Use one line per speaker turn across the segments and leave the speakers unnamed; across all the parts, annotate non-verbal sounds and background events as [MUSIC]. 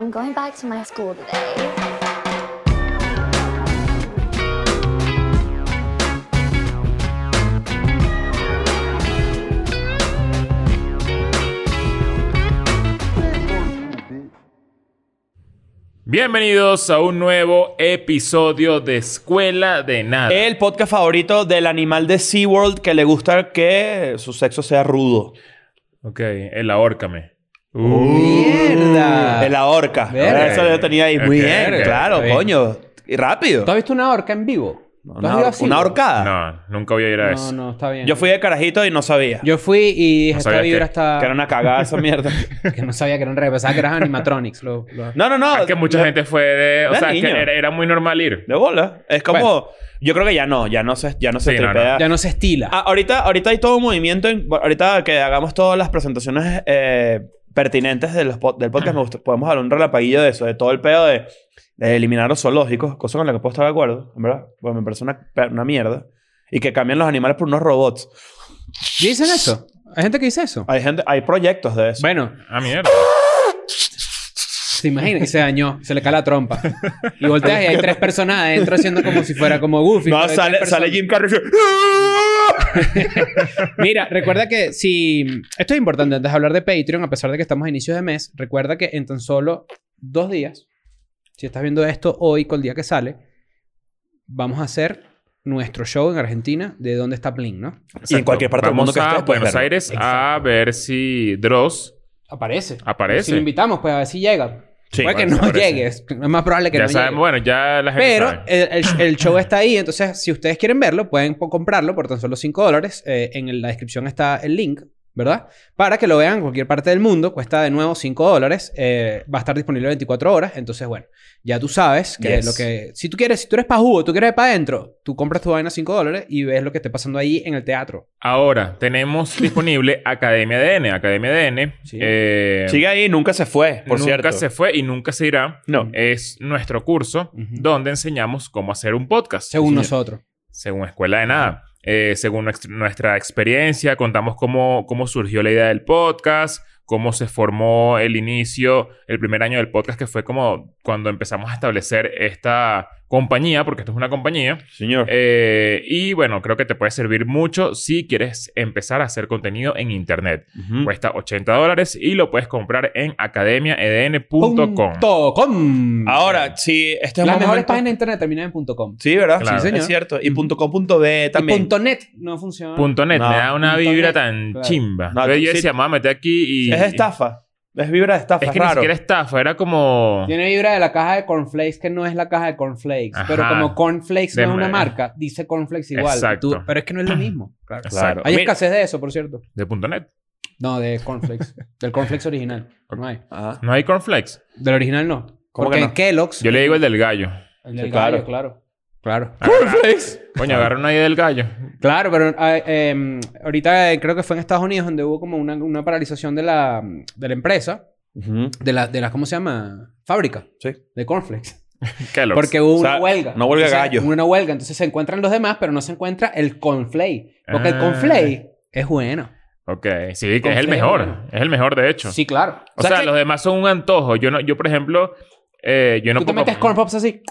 I'm going back to my school today.
Bienvenidos a un nuevo episodio de Escuela de Nada.
El podcast favorito del animal de SeaWorld que le gusta que su sexo sea rudo.
Ok, el ahórcame.
Uh,
Uh.
¡Mierda!
De la orca.
Mm. Verga.
Eso lo tenía ahí. Muy
Ok,
bien,
ok,
claro,
ok.
coño. Y rápido.
¿Tú has visto una orca en vivo? ¿Tú has
Una,
ido
or-
a SeaWorld?
una horcada.
No, nunca voy a ir a
No,
eso.
no, está bien.
Yo fui de carajito y no sabía.
Yo fui y dije,
No
esta
sabías
vibra
que-
está...
Que era una cagada esa mierda.
[LAUGHS] que no sabía que eran reales. Pensaba que eran animatronics. Lo, lo-
No, no, no.
Es que mucha
Yo-
gente fue de... O
de
sea, es que
niño.
era, era muy normal ir.
De bola. Es como... Yo creo que ya no. Ya no se, ya no se
Sí, no, no.
tripea.
Ya no se estila.
Ah, ahorita, ahorita hay todo un movimiento. en- ahorita que hagamos todas las presentaciones eh, pertinentes de los po- del podcast, me gusta- podemos hablar un relapaguillo de eso, de todo el pedo de, de eliminar los zoológicos, cosa con la que puedo estar de acuerdo, en verdad. Bueno, me parece una, pe- una mierda. Y que cambian los animales por unos robots.
¿Dicen eso? ¿Hay gente que dice eso?
Hay gente, hay proyectos de eso.
Bueno,
Ah, mierda.
se imagina que se dañó. Se le cae
[LAUGHS]
la trompa. Y volteas y hay tres personas adentro haciendo como si fuera como Goofy.
no,
pero hay
sale,
tres
sale
personas.
Jim Carrey. "¡Ah!".
Mira, recuerda que si... Esto es importante antes de hablar de Patreon, a pesar de que estamos a inicios de mes. Recuerda que en tan solo dos días, si estás viendo esto hoy con el día que sale, vamos a hacer nuestro show en Argentina de dónde está Blink, ¿no?
Y en cualquier parte del
Vamos
mundo que pues,
a
estés, puedes
Buenos
verlo.
Aires a ver si Dross
Aparece.
Aparece.
Si lo invitamos, pues a ver si llega.
Sí,
Puede que
aparece,
no
aparece.
llegue. Es es más probable que
ya
no llegue.
sabemos, bueno, ya la gente
Pero
sabe.
el, el- el show está ahí, entonces si ustedes quieren verlo, pueden po- comprarlo por tan solo 5 dólares. Eh, en la descripción está el link, ¿verdad? Para que lo vean en cualquier parte del mundo. Cuesta de nuevo 5 dólares. Eh, va a estar disponible 24 horas. Entonces, bueno, ya tú sabes que
Yes.
lo que. Si tú quieres, si tú eres pajugo, tú quieres ir para adentro, tú compras tu vaina 5 dólares y ves lo que esté pasando ahí en el teatro.
Ahora,
[LAUGHS]
tenemos disponible Academia DN. Academia DN.
Sí.
eh,
Sigue ahí, nunca se fue, por
nunca
cierto.
se fue Eh, y nunca se irá.
No.
Es nuestro curso
Ujú.
donde enseñamos cómo hacer un podcast.
Según
Sí, señor.
nosotros.
Según Escuela de Nada. Eh, según nuext- nuestra experiencia, contamos cómo, cómo surgió la idea del podcast, cómo se formó el inicio, el primer año del podcast, que fue como cuando empezamos a establecer esta compañía, porque esto es una compañía.
Señor.
Eh, y bueno, creo que te puede servir mucho si quieres empezar a hacer contenido en Internet.
Ujú.
Cuesta 80 dólares y lo puedes comprar en academiaedn.com.
Punto com.
eh,
Ahora, si este es
Las
un
mejores
momento-
páginas de internet terminan en punto .com.
Sí, ¿verdad?
Claro.
Sí, señor.
Sí,
Es cierto. Y .com.b
Y
también.
punto .net no funciona.
Punto .net
No.
me da una
Punto
vibra
net,
tan
claro.
chimba.
No,
Entonces yo
sí.
decía, me voy a meter aquí y...
Es estafa. Es vibra de estafa.
Es que
es
ni
raro.
siquiera estafa, era como...
Tiene vibra de la caja de cornflakes que no es la caja de cornflakes.
Ajá.
Pero como cornflakes
De-
no es una marca, dice cornflakes igual.
Exacto.
Tú- pero es que no es lo mismo.
Exacto.
Claro.
Hay
Mira-
escasez de eso, por cierto.
De punto .net.
No, de
[LAUGHS]
cornflakes. del cornflakes original. No hay.
Ajá.
No hay cornflakes.
Del original no.
¿Cómo
Porque
que no?
en Kellogg's.
Yo le digo el del gallo.
El del
Sí, claro. Ah.
gallo, claro. Claro.
Coño, agarra una idea del gallo.
Claro, pero eh, eh, ahorita eh, creo que fue en Estados Unidos donde hubo como una, una paralización de la, de la empresa,
Ujú.
de la, de la, ¿cómo se llama? Fábrica
Sí.
de cornflakes.
Kellogg's.
Porque hubo
O sea,
una huelga.
una huelga de
Entonces,
gallos.
hubo Una huelga. Entonces se encuentran los demás, pero no se encuentra el conflay. Porque el
Ah.
conflay es bueno.
Ok, sí, que es el
Cornflakes,
mejor.
bueno.
Es el mejor, de hecho.
Sí, claro.
O sea, los demás son un antojo. Yo, no, yo por ejemplo, eh, yo no
tú te metes corn pops así.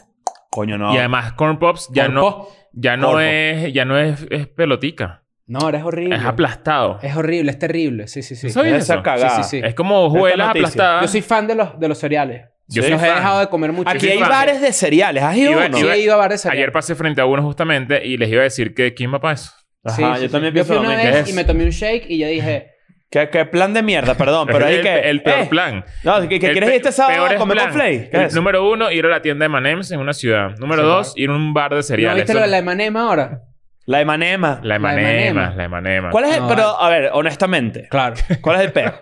Coño, no.
Y además, corn pops ya
corn
no,
pop.
ya no
Corpo.
es, ya no es, es pelotica.
No, ahora es horrible.
Es aplastado.
Es horrible, es terrible. Sí, sí, sí.
¿No sabía?
Debe ser
eso.
cagada.
Sí, sí, sí.
Es como hojuelas
noticia.
aplastadas.
Yo soy fan de los, de los cereales.
Yo
Los
soy
he
fan.
dejado de comer mucho.
Yo
Aquí
soy
hay
fan.
bares de cereales. ¿Has ido
Iba-
uno?
Sí,
iba-
he ido a bares de
Ayer
cereales.
pasé frente a uno justamente y les iba a decir que quién va para eso.
Sí,
Ajá,
sí,
yo
sí.
también
Yo
pienso
fui
lo
una
mismo.
vez
Es-
y me tomé un shake y yo dije...
¿Qué, qué plan de mierda, perdón. Pero
Es
ahí
el,
que...
el peor
eh,
plan.
No, que, que
El
quieres
pe-
ir este sábado
peor
a
es
comer
plan.
con Flay. ¿Qué
El
es?
Número uno, ir a la tienda de Manems en una ciudad. Número
Sí,
dos, ir a un bar de
¿No
cereales.
viste
Eso-
lo de la emanema ahora?
La emanema.
La emanema, la emanema.
¿Cuál es el...?
No, eh.
pero, a ver, honestamente.
Claro.
¿Cuál es el peor?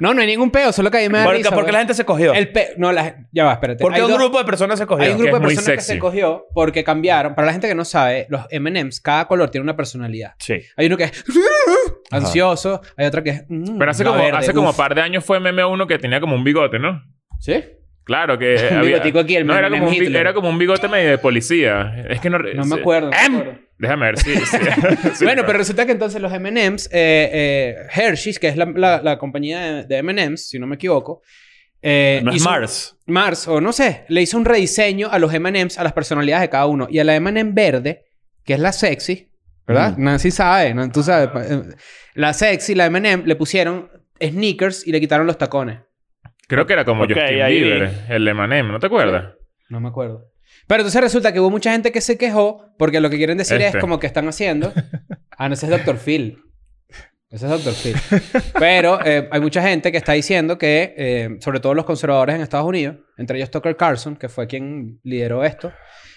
No, no hay ningún peo. Solo que ahí [LAUGHS] me da
¿Por,
risa,
por qué la
weón.
gente se cogió?
El pe... No, la... ya va, espérate.
¿Por qué
Hay
un
dos-
grupo de personas se cogió?
Hay un
que
grupo
es
de
muy
personas que
sexy.
se cogió porque cambiaron. Para la gente que no sabe, los MMs, cada color tiene una personalidad.
Sí.
Hay uno
[LAUGHS]
que es ansioso, hay otro que es. mm,
Pero hace
la
como,
verde,
hace como
uf.
par de años fue meme uno que tenía como un bigote, ¿no?
¿Sí?
Claro que.
[LAUGHS] Un
había-
bigotico aquí, el
no, era
meme
como, un, bi-
Hitler.
era como un bigote medio de policía. Es que no.
No me
sí. Em.
acuerdo. no me acuerdo.
Déjame ver
[LAUGHS]
si. [LAUGHS] si- si-
bueno, pero resulta que entonces los MMs, eh, eh, Hershey's, que es la, la- la compañía de, de MMs, si no me equivoco, Eh,
No es
hizo-
Mars.
Mars, o no sé, le hizo un rediseño a los M&M's, a las personalidades de cada uno. Y a la M&M verde, que es la sexy, ¿verdad?
Mm.
Nancy sabe, ¿no? tú sabes. pa- eh, La sexy, la M&M, le pusieron sneakers y le quitaron los tacones.
Creo que era como
Ok,
Justin
ahí vi.
Bieber, el Emanem, ¿no te acuerdas?
No me acuerdo. Pero entonces resulta que hubo mucha gente que se quejó porque lo que quieren decir
Este.
es como que están [LAUGHS] haciendo. Ah, no, ese es Dr. Phil. Ese es Dr. [LAUGHS] Phil. Pero eh, hay mucha gente que está diciendo que, eh, sobre todo los conservadores en Estados Unidos, entre ellos Tucker Carlson, que fue quien lideró esto,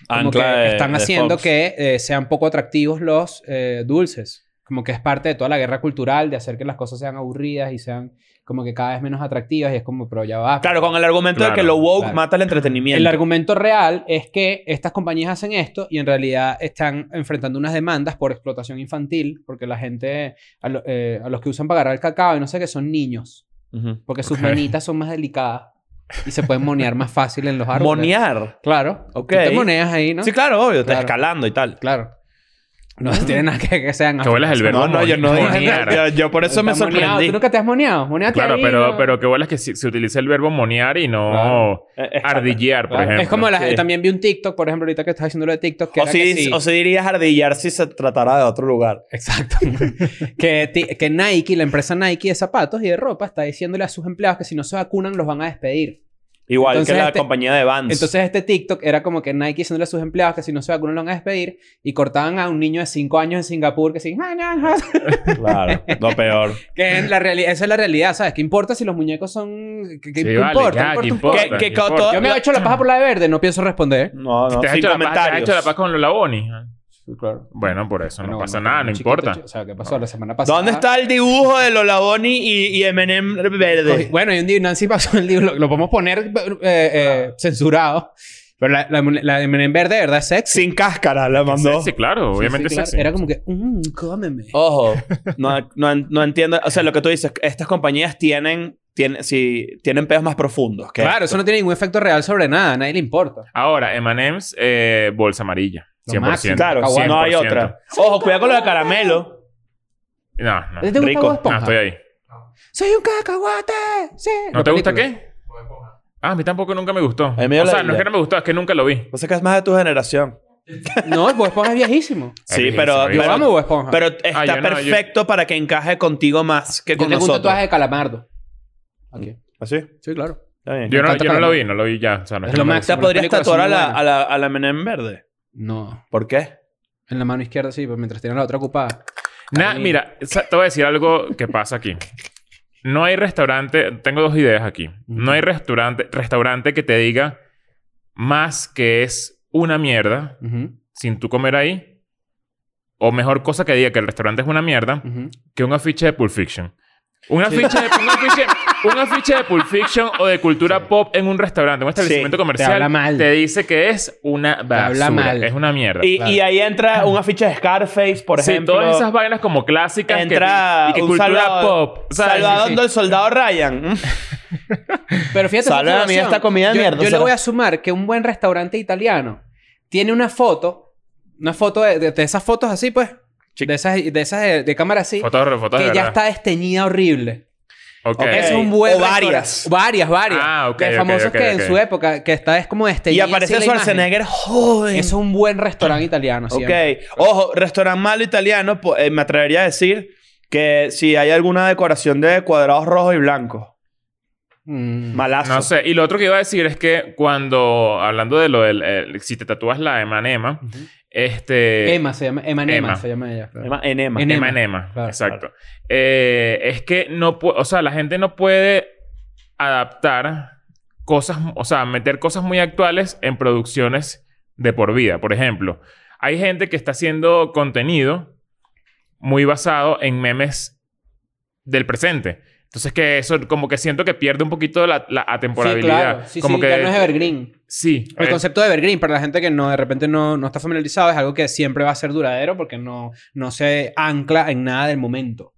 como
Ancla
que
de-
están
de
haciendo
Fox.
que eh, sean poco atractivos los eh, dulces. Como que es parte de toda la guerra cultural de hacer que las cosas sean aburridas y sean como que cada vez menos atractivas y es como, pero ya va.
Claro, con el argumento de que
Claro,
lo woke
claro.
mata el entretenimiento.
El argumento real es que estas compañías hacen esto y en realidad están enfrentando unas demandas por explotación infantil, porque la gente, a, lo- eh, a los que usan para agarrar el cacao y no sé qué, son niños,
Ujú.
porque sus
Ok.
manitas son más delicadas y se pueden monear más fácil en los árboles.
Monear.
Claro.
Ok.
Tú te moneas ahí, ¿no?
Sí, claro, obvio. Está
Claro.
escalando y tal.
Claro. No tiene nada que, que sean...
Que vuelas el verbo.
No, no, yo no dije-
monear.
Yo, yo por eso me
Estás moneado.
sorprendí.
¿Tú nunca te has moneado? Moneate
Claro,
Ah, ahí,
pero,
¿no?
pero que vuelas que si- se utiliza el verbo monear y no
Claro.
Eh, escala.
ardillear, por
Claro.
ejemplo. Oh,
Es como la...
Sí.
También vi un TikTok, por ejemplo, ahorita que estás haciendo lo de TikTok. Que
O
era que
si,
sí.
o si dirías ardillar si se tratara de otro lugar.
[LAUGHS]
Exacto. que, ti- que Nike, la empresa Nike de zapatos y de ropa, está diciéndole a sus empleados que si no se vacunan los van a despedir.
Igual
Entonces,
que la
este-
compañía de
Mm.
Vans.
Entonces este TikTok era como que Nike diciéndole a sus empleados que si no se vacunan los van a despedir y cortaban a un niño de 5 años en Singapur que sí,
[LAUGHS]
"Ah,
Claro, lo peor.
[LAUGHS] que en la reali- esa es la realidad, ¿sabes? ¿Qué importa si los muñecos son... ¿Qué, qué-
Sí,
qué
vale,
importa?
ya,
¿Qué
¿qué
importa?
importa?
Que-
¿Qué
que
importa?
Coto-
Yo me he hecho la paja por la de verde, no pienso responder.
No, no,
[LAUGHS] ¿Te has
sin
hecho la paja- te has
comentarios.
hecho la paz con Lola Boni?
claro.
Bueno, por eso, no,
Bueno,
pasa
bueno,
nada, no
chiquito,
importa.
chico. O sea, ¿qué pasó la semana pasada?
¿Dónde está el dibujo de Lola Boni y, y Eminem
Cogí-
verde?
Bueno, y un día Nancy pasó el libro, lo, lo podemos poner eh,
Ah.
eh, censurado. Pero la, la, la de Menem Verde, de ¿verdad? Es sexy.
Sin cáscara la mandó.
Sí, sí, claro,
Sí,
obviamente
sí,
es
claro.
sexy.
Era como que, mmm, cómeme.
Ojo, no, no, en- no entiendo. O sea, lo que tú dices, estas compañías tienen, tienen, sí, tienen pedos más profundos. que esto.
claro, eso no tiene ningún efecto real sobre nada, a nadie le importa.
Ahora, Emanems, eh, bolsa amarilla.
Lo
100%.
máximo.
Claro,
Kawaii.
no hay
100%.
otra. Ojo, cuidado con lo de caramelo.
No, no.
¿Te gusta
rico.
Bob
No,
Esponja?
Ah. estoy ahí.
Soy un cacahuate. Sí.
¿No
La
te gusta
película.
qué? Ah, a mí tampoco nunca me gustó.
mí me
O
la
sea, no es
idea.
que no me gustó, es que nunca lo vi.
O sea, que es más de tu generación.
No, Bob Esponja es viejísimo.
Sí,
Ay,
pero-
sí,
Yo
sí.
amo Bob Esponja.
Pero está
Ah, yo no, yo-
perfecto para que encaje contigo más que
yo
con
tengo un
nosotros.
tatuaje de calamardo. Aquí.
¿Así?
Sí, claro.
Está bien.
Yo no,
encanta
yo no lo
Calamar.
vi, no lo vi ya. O sea, no
Es
que
lo
no me
O
máximo.
guste.
sea,
Las
podrías
películas
tatuar a
son muy
la,
buenas.
a la, a la Menem verde.
No.
¿Por qué?
En la mano izquierda sí, pero mientras tiene la otra ocupada.
Nah,
Ahí.
mira, sa- te voy a decir algo que pasa aquí. No hay restaurante, tengo dos ideas aquí. No hay restaurante, restaurante que te diga más que es una mierda
Ujú,
sin tú comer ahí. O mejor cosa que diga que el restaurante es una mierda
ujú.
que un afiche de Pulp Fiction. Un afiche, de, un, afiche, un afiche de Pulp Fiction o de cultura pop en un restaurante, un establecimiento comercial,
habla mal.
te dice que es una basura,
habla mal.
es una mierda.
Y,
Claro.
y ahí entra un afiche de Scarface, por
Sí,
ejemplo.
todas esas vainas como clásicas que-
entra
y que
un
cultura
salvador,
pop. ¿sabes?
Salvador
Sí, sí.
del soldado Ryan.
Pero fíjate, esa
Salve a mí
observación.
esta comida de
yo,
mierda,
Yo le
Sara.
voy a sumar que un buen restaurante italiano tiene una foto, una foto de, de- de esas fotos así, pues, de esas, de, esas eh, de, de cámara así,
Fotos, fotos de
que ya
verdad.
está desteñida horrible.
Ok.
Ok.
Es un buen
O varias.
restaurante. Varias, varias.
Ah, ok,
De
ok,
famosos
ok,
que
ok.
en su época, que está es como
Y
desteñida.
aparece
así la imagen.
Schwarzenegger joven.
Es un buen restaurante italiano, sí.
ok. Ojo, restaurante malo italiano, po- eh, me atrevería a decir que si hay alguna decoración de cuadrados rojos y blancos.
Mm.
Malazo.
No sé. Y lo otro que iba a decir es que cuando, hablando de lo del, el- si te tatúas la emanema,
Ujú.
Eh,
este...
Emma se llama, Emma, Nema
Emma.
se llama ella. claro.
Enema- Enema.
En-
Enema,
Enema.
enema.
Claro.
Exacto. Eh, es que no puede, o sea, la gente no puede adaptar cosas, o sea, meter cosas muy actuales en producciones de por vida. Por ejemplo, hay gente que está haciendo contenido muy basado en memes del presente. Entonces que eso como que siento que pierde un poquito la, la
Sí, claro.
atemporabilidad.
Sí,
como
sí,
que
ya no es Evergreen.
sí.
El
eh,
concepto de evergreen, para la gente que no, de repente no, no está familiarizado, es algo que siempre va a ser duradero porque no, no se ancla en nada del momento.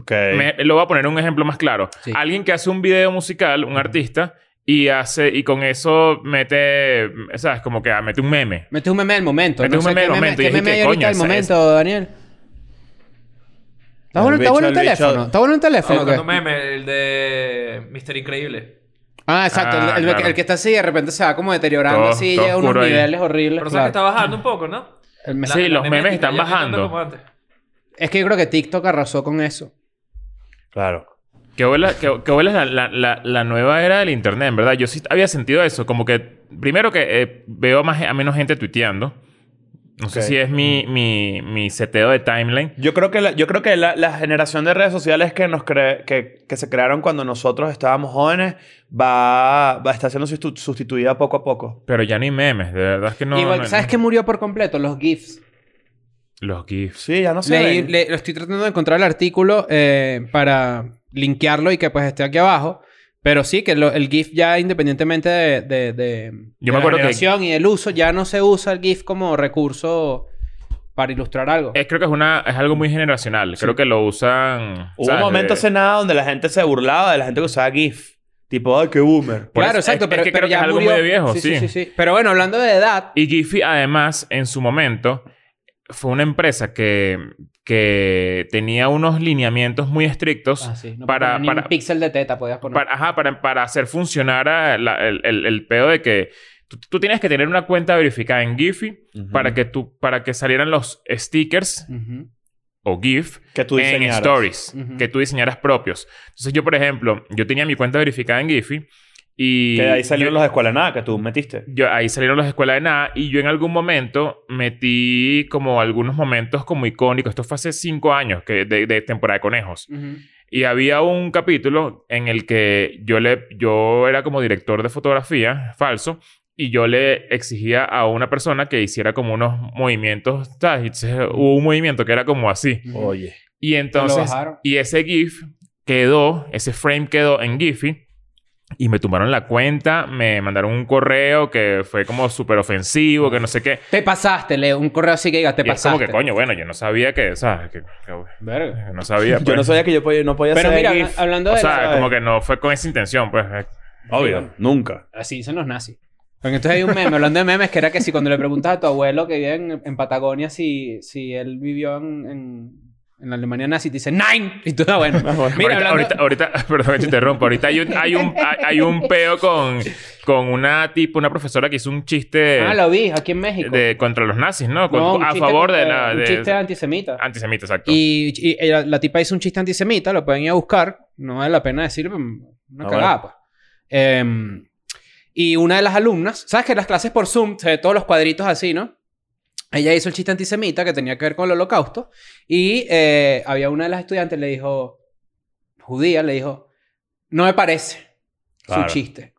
Ok.
Me- lo voy a poner un ejemplo más claro.
Sí.
Alguien que hace un video musical, un artista, y hace y con eso mete, ¿sabes? Como que ah, mete un meme.
Metes Este un meme del momento.
Metes Este un meme
qué
del momento y
¿Qué
dije,
meme hay
¿qué
ahorita
coño
del
es
momento, Daniel? ¿Está
El
bueno, está
bicho,
bueno el,
el bicho.
Ah,
teléfono? ¿Está bueno el teléfono? o
Buscando
qué?
meme, el de Mister Increíble.
Ah, exacto.
Ah,
el, el-
claro.
el que está así de repente se va como deteriorando
Todo-
así,
todo
llega a unos
oscuro ahí.
niveles horribles.
Pero sabes que
claro.
está bajando un poco, ¿no?
El mes-
Sí, los memes
memética
están
ya no es tanto
bajando.
como antes.
Es que yo creo que TikTok arrasó con eso.
Claro.
Que vuela, que, que vuela la, la- la- la nueva era del internet, en verdad. Yo sí había sentido eso. Como que, primero que eh, veo más, a menos gente tuiteando. No sé
Ok.
si es mi, mi, mi seteo de timeline.
Yo creo que la, yo creo que la, la generación de redes sociales que, nos cre- que, que se crearon cuando nosotros estábamos jóvenes va, va a estar siendo sustitu- sustituida poco a poco.
Pero ya ni memes, de verdad es que no.
Igual,
no-
¿sabes qué murió por completo? Los GIFs.
Los GIFs.
Sí, ya no sé.
Leí- le- lo estoy tratando de encontrar el artículo eh, para linkearlo y que pues esté aquí abajo. Pero sí, que lo- el GIF ya independientemente de, de, de- de
me acuerdo que-
la generación y el uso, ya no se usa el GIF como recurso para ilustrar algo.
Eh, creo que es una es algo muy generacional. Creo que lo usan.
Hubo
¿sabes?
un momento hace
De-
nada donde la gente se burlaba de la gente que usaba GIF. Tipo, ay, qué boomer.
por
claro,
eso-
exacto.
es- es
pero
que
pero
creo que
ya
es algo
murió.
muy viejo,
sí,
sí.
sí, sí. Pero bueno, hablando de edad,
Y Giphy, además, en su momento, fue una empresa que, que tenía unos lineamientos muy estrictos
Ah, sí. No
para-
para, ni
para-
un píxel de teta podías poner.
Para, ajá, para, para hacer funcionar a la- el, el, el pedo de que tú, tú tienes que tener una cuenta verificada en Giphy para, que tú, para que salieran los stickers
Ujú.
o GIF
que tú
en
diseñaras.
Stories
Ujú.
que tú diseñaras propios. Entonces yo, por ejemplo, yo tenía mi cuenta verificada en Giphy y...
Que de ahí salieron
yo-
los de escuela de nada que tú metiste.
yo- ahí salieron las escuelas de nada y yo en algún momento metí como algunos momentos como icónicos. Esto fue hace cinco años que de, de temporada de conejos.
Ujú.
Y había un capítulo en el que yo le yo era como director de fotografía, falso, y yo le exigía a una persona que hiciera como unos movimientos, ¿sabes? Y entonces Hubo un movimiento que era como así.
Ujú.
Oye.
Y entonces
bajaron.
y ese GIF quedó, ese frame quedó en Giphy y me tumbaron la cuenta, me mandaron un correo que fue como súper ofensivo, que no sé qué.
Te pasaste, Leo. Un correo así que diga, te
Y es como
pasaste.
que coño, bueno, yo no sabía que, ¿sabes? Que, que-
Verga.
no
[LAUGHS]
sabía.
Yo
pues.
no sabía que yo podía- no podía
Pero
hacer
mira,
GIF.
habla- hablando
O
de...
sea,
la-
como que no fue con esa intención, pues.
Obvio, nunca.
Así dicen los nazis. Porque entonces hay un meme, hablando de memes, que era que si cuando le preguntas a tu abuelo que vive en, en Patagonia si, si él vivió en, en, en la Alemania nazi, te dice ¡Nine! Y tú,
[LAUGHS]
ah, bueno. Mira,
ahorita,
hablando...
ahorita, ahorita- [LAUGHS] perdón que te interrumpo. Ahorita hay un, hay un, hay, hay un peo con, con una tipo, una profesora que hizo un chiste
Ah, lo vi. Aquí en México.
Eh, de, contra los nazis, ¿no? Con-
No, un
a
chiste
favor de
contra-
la.
Un
de-
chiste antisemita.
antisemita, exacto.
Y, y ella- la tipa hizo un chiste antisemita, lo pueden ir a buscar. No vale la pena decirlo, pero una
Ah,
cagada, pues. Em, y una de las alumnas, ¿sabes que en las clases por Zoom se ve todos los cuadritos así, no? Ella hizo el chiste antisemita que tenía que ver con el holocausto. Y eh, había una de las estudiantes, le dijo, judía, le dijo, no me parece
Claro.
su chiste.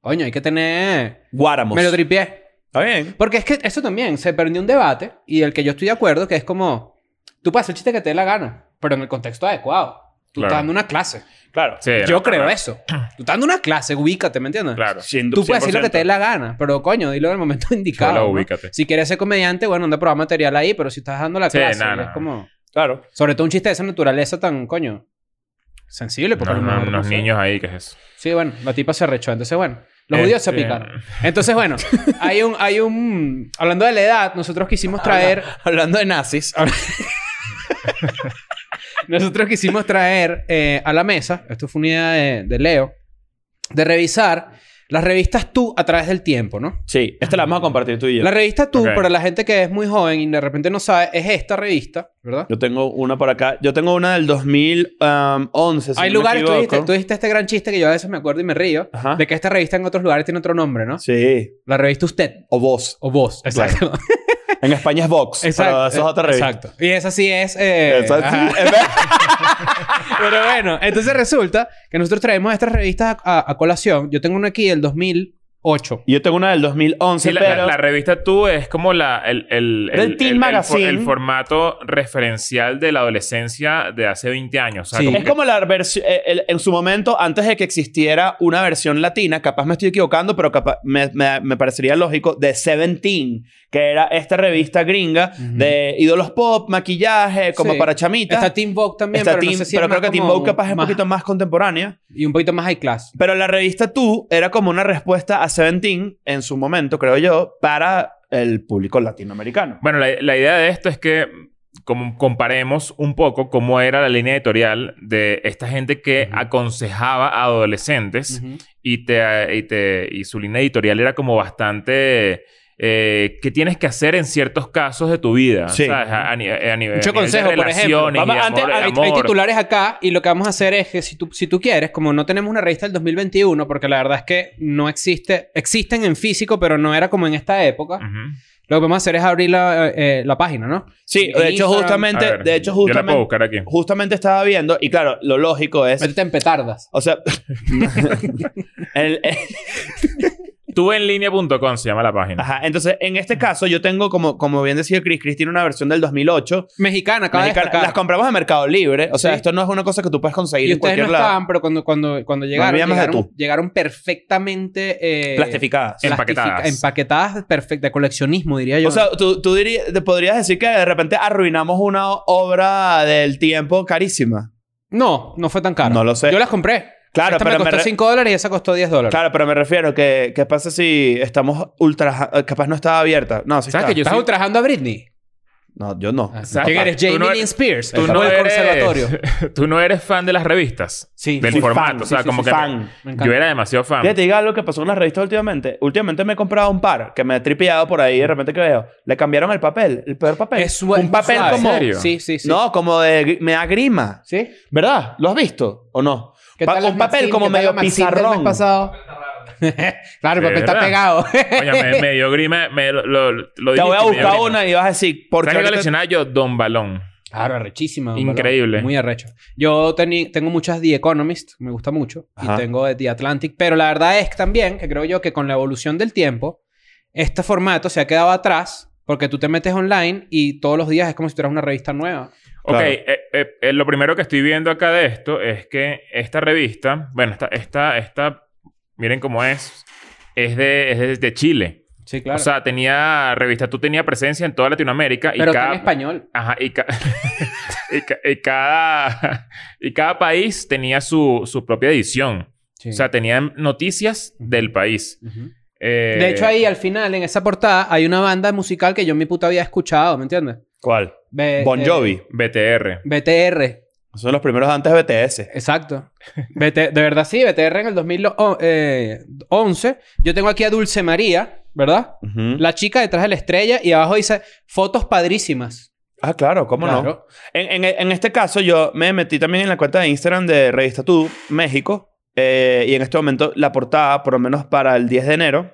Coño, hay que tener.
Guáramos.
Me lo tripié.
Está bien.
Porque es que eso también, se perdió un debate y del que yo estoy de acuerdo, que es como, tú puedes hacer el chiste que te dé la gana, pero en el contexto adecuado. Tú
Claro.
estás dando una clase.
Claro.
Sí,
yo
no,
creo
claro,
eso. Tú estás dando una clase, ubícate, ¿me entiendes?
Claro.
Cien-
Tú puedes decir lo que te dé
100%.
la gana, pero coño, dilo en el momento [LAUGHS] indicado.
Solo
¿no?
ubícate.
Si quieres ser comediante, bueno, anda a probar material ahí, pero si estás dando la
Sí,
clase,
no,
es
no.
como...
Claro.
Sobre todo un chiste de esa naturaleza tan, coño, sensible. Porque
No,
a lo
no,
mejor,
unos
sé.
niños ahí, ¿qué es eso?
Sí, bueno, la tipa se rechó. Entonces, bueno, los judíos se
Este-
picaron. Entonces, bueno, hay un, hay un. Hablando de la edad, nosotros quisimos traer.
Hablando de nazis.
Nosotros quisimos traer eh, a la mesa, esto fue una idea de, de Leo, de revisar las revistas tú a través del tiempo, ¿no?
Sí, esta la vamos a compartir tú y yo.
La revista tú,
Ok.
para la gente que es muy joven y de repente no sabe, es esta revista, ¿verdad?
Yo tengo una por acá. Yo tengo una del 2011. si no me
hay lugares, tú dijiste,
equivoco.
tú dijiste este gran chiste que yo a veces me acuerdo y me río,
Ajá.
de que esta revista en otros lugares tiene otro nombre, ¿no?
Sí.
La revista Usted
O vos.
o Vos. [LAUGHS] Exacto.
En España es Vox. Pero eso es otra revista.
eh, Exacto. Y esa sí es. eh,
Eso es-
ajá.
es verdad.
[LAUGHS] Pero bueno, entonces resulta que nosotros traemos estas revistas a, a colación. Yo tengo una aquí del 2008.
Y Yo tengo una del 2011,
Sí, la,
pero...
la- la revista Tú es como la, el, el,
Del
el-
Teen
el- el
Magazine.
for- el formato referencial de la adolescencia de hace 20 años. O sea,
Sí.
como
Es como la versión... En su momento, antes de que existiera una versión latina, capaz me estoy equivocando, pero capaz, me, me- me parecería lógico, de Seventeen, que era esta revista gringa
Ujú.
de ídolos pop, maquillaje, como
Sí.
para chamitas.
Está Team Vogue también,
Está
pero
Teen-
no sé si es
pero creo
más
que Team
como
Vogue capaz es un poquito más contemporánea.
Y un poquito más high class.
Pero la revista Tú era como una respuesta a Seventeen en su momento, creo yo, para el público latinoamericano.
Bueno, la, la idea de esto es que como comparemos un poco cómo era la línea editorial de esta gente que
Ujú.
aconsejaba a adolescentes y, te, y, te- y su línea editorial era como bastante... eh, ¿Qué tienes que hacer en ciertos casos de tu vida?
Sí.
¿Sabes? A, a ni- a nivel,
Mucho
a nivel de
consejo, por ejemplo.
Eh, relaciones y
Vamos,
de
antes,
amor-
hay,
amor.
hay titulares acá y lo que vamos a hacer es que si tú, si tú quieres, como no tenemos una revista del 2021, porque la verdad es que no existe, existen en físico, pero no era como en esta época,
Ujú.
lo que vamos a hacer es abrir la, eh, la página, ¿no?
Sí,
En
de hecho,
Instagram.
justamente,
A ver,
de
Yo
hecho,
la puedo
justamente,
buscar aquí.
justamente estaba viendo, y claro, lo lógico es.
Métete en petardas.
O sea. [LAUGHS] el- eh,
Tuenlinea.com se llama la página.
ajá, entonces, en este caso, yo tengo, como, como bien decía Chris, Chris tiene una versión del 2008.
Mexicana,
mexicana.
acaba de destacar.
las compramos en Mercado Libre. O sea,
Sí.
esto no es una cosa que tú puedes conseguir
Y
en
ustedes
cualquier
no
lado.
estaban, pero cuando, cuando, cuando llegaron,
habíamos de
llegaron,
tú.
llegaron perfectamente... eh,
Plastificadas.
plastifica-
Empaquetadas.
Empaquetadas perfectas, de coleccionismo, diría yo.
O sea, tú, tú dirí- te podrías decir que de repente arruinamos una o- obra del tiempo carísima.
no, no fue tan caro.
No lo sé.
Yo las compré.
Claro,
esta
pero
me
me
costó
re-
5 dólares y esa costó 10 dólares.
Claro, pero me refiero que qué pasa si estamos ultra eh, capaz no está abierta. No, sí
¿Sabes
está.
que yo
¿Estás
soy-
ultrajando a Britney?
No, yo no.
Ah,
¿Sabes?
¿Quién eres?
Tú
Jamie
no eres-
Lynn Spears.
tú
Exacto.
no
O el
eres-
[LAUGHS]
conservatorio.
[LAUGHS] Tú no eres fan de las revistas.
Sí.
Del
Soy
formato.
fan,
o sea,
sí, sí,
como
sí,
que
fan.
Me
yo era demasiado fan.
Fíjate, diga algo que pasó en las revistas últimamente. Últimamente me he comprado un par que me he tripeado por ahí y de repente que veo. Le cambiaron el papel, el peor papel.
Es
un papel
suave.
como.
¿En serio?
Sí, sí, sí.
No, como de. gri- Me da grima.
¿Sí?
¿Verdad? ¿Lo has visto o no? Pa-
las
un papel
Maxine?
como
¿Qué tal
medio
las Maxine del
pizarrón.
mes pasado? [LAUGHS] claro, el papel está
¿Verdad?
pegado. [LAUGHS]
Coño, me, me dio grima. Me, lo, lo, lo
Te voy a
dijiste, me dio
buscar
grima.
una y vas a decir. Porque
¿Sabes qué
ahorita-
coleccionaba yo? Don Balón.
claro, arrechísima. don
Increíble.
Balón. Muy arrecho. Yo teni- tengo muchas The Economist, me gusta mucho.
Ajá.
Y tengo de The Atlantic. Pero la verdad es que también, que creo yo que con la evolución del tiempo, este formato se ha quedado atrás porque tú te metes online y todos los días es como si tuvieras una revista nueva.
Ok,
Claro.
eh, eh, eh, lo primero que estoy viendo acá de esto es que esta revista, bueno, esta, esta, esta miren cómo es, es de, es de, de Chile.
Sí, claro.
O sea, tenía revista, tú tenías presencia en toda Latinoamérica y
pero está en
cada...
español.
Ajá, y, ca- [LAUGHS] y ca- y cada, y cada país tenía su, su propia edición.
Sí.
O sea, tenían noticias del país.
Ujú.
Eh,
De hecho, ahí al final, en esa portada, hay una banda musical que yo en mi puta había escuchado, ¿me entiendes?
¿Cuál?
B-
Bon
eh,
Jovi.
BTR.
BTR.
Son los primeros antes de BTS.
Exacto. BT de verdad, sí, BTR en el 2011. Yo tengo aquí a Dulce María, ¿verdad?
Ujú.
La chica detrás de la estrella y abajo dice fotos padrísimas.
Ah, claro, cómo no.
Claro.
En, en- en este caso, yo me metí también en la cuenta de Instagram de Revista Tú, México. eh, y en este momento, la portada, por lo menos para el 10 de enero,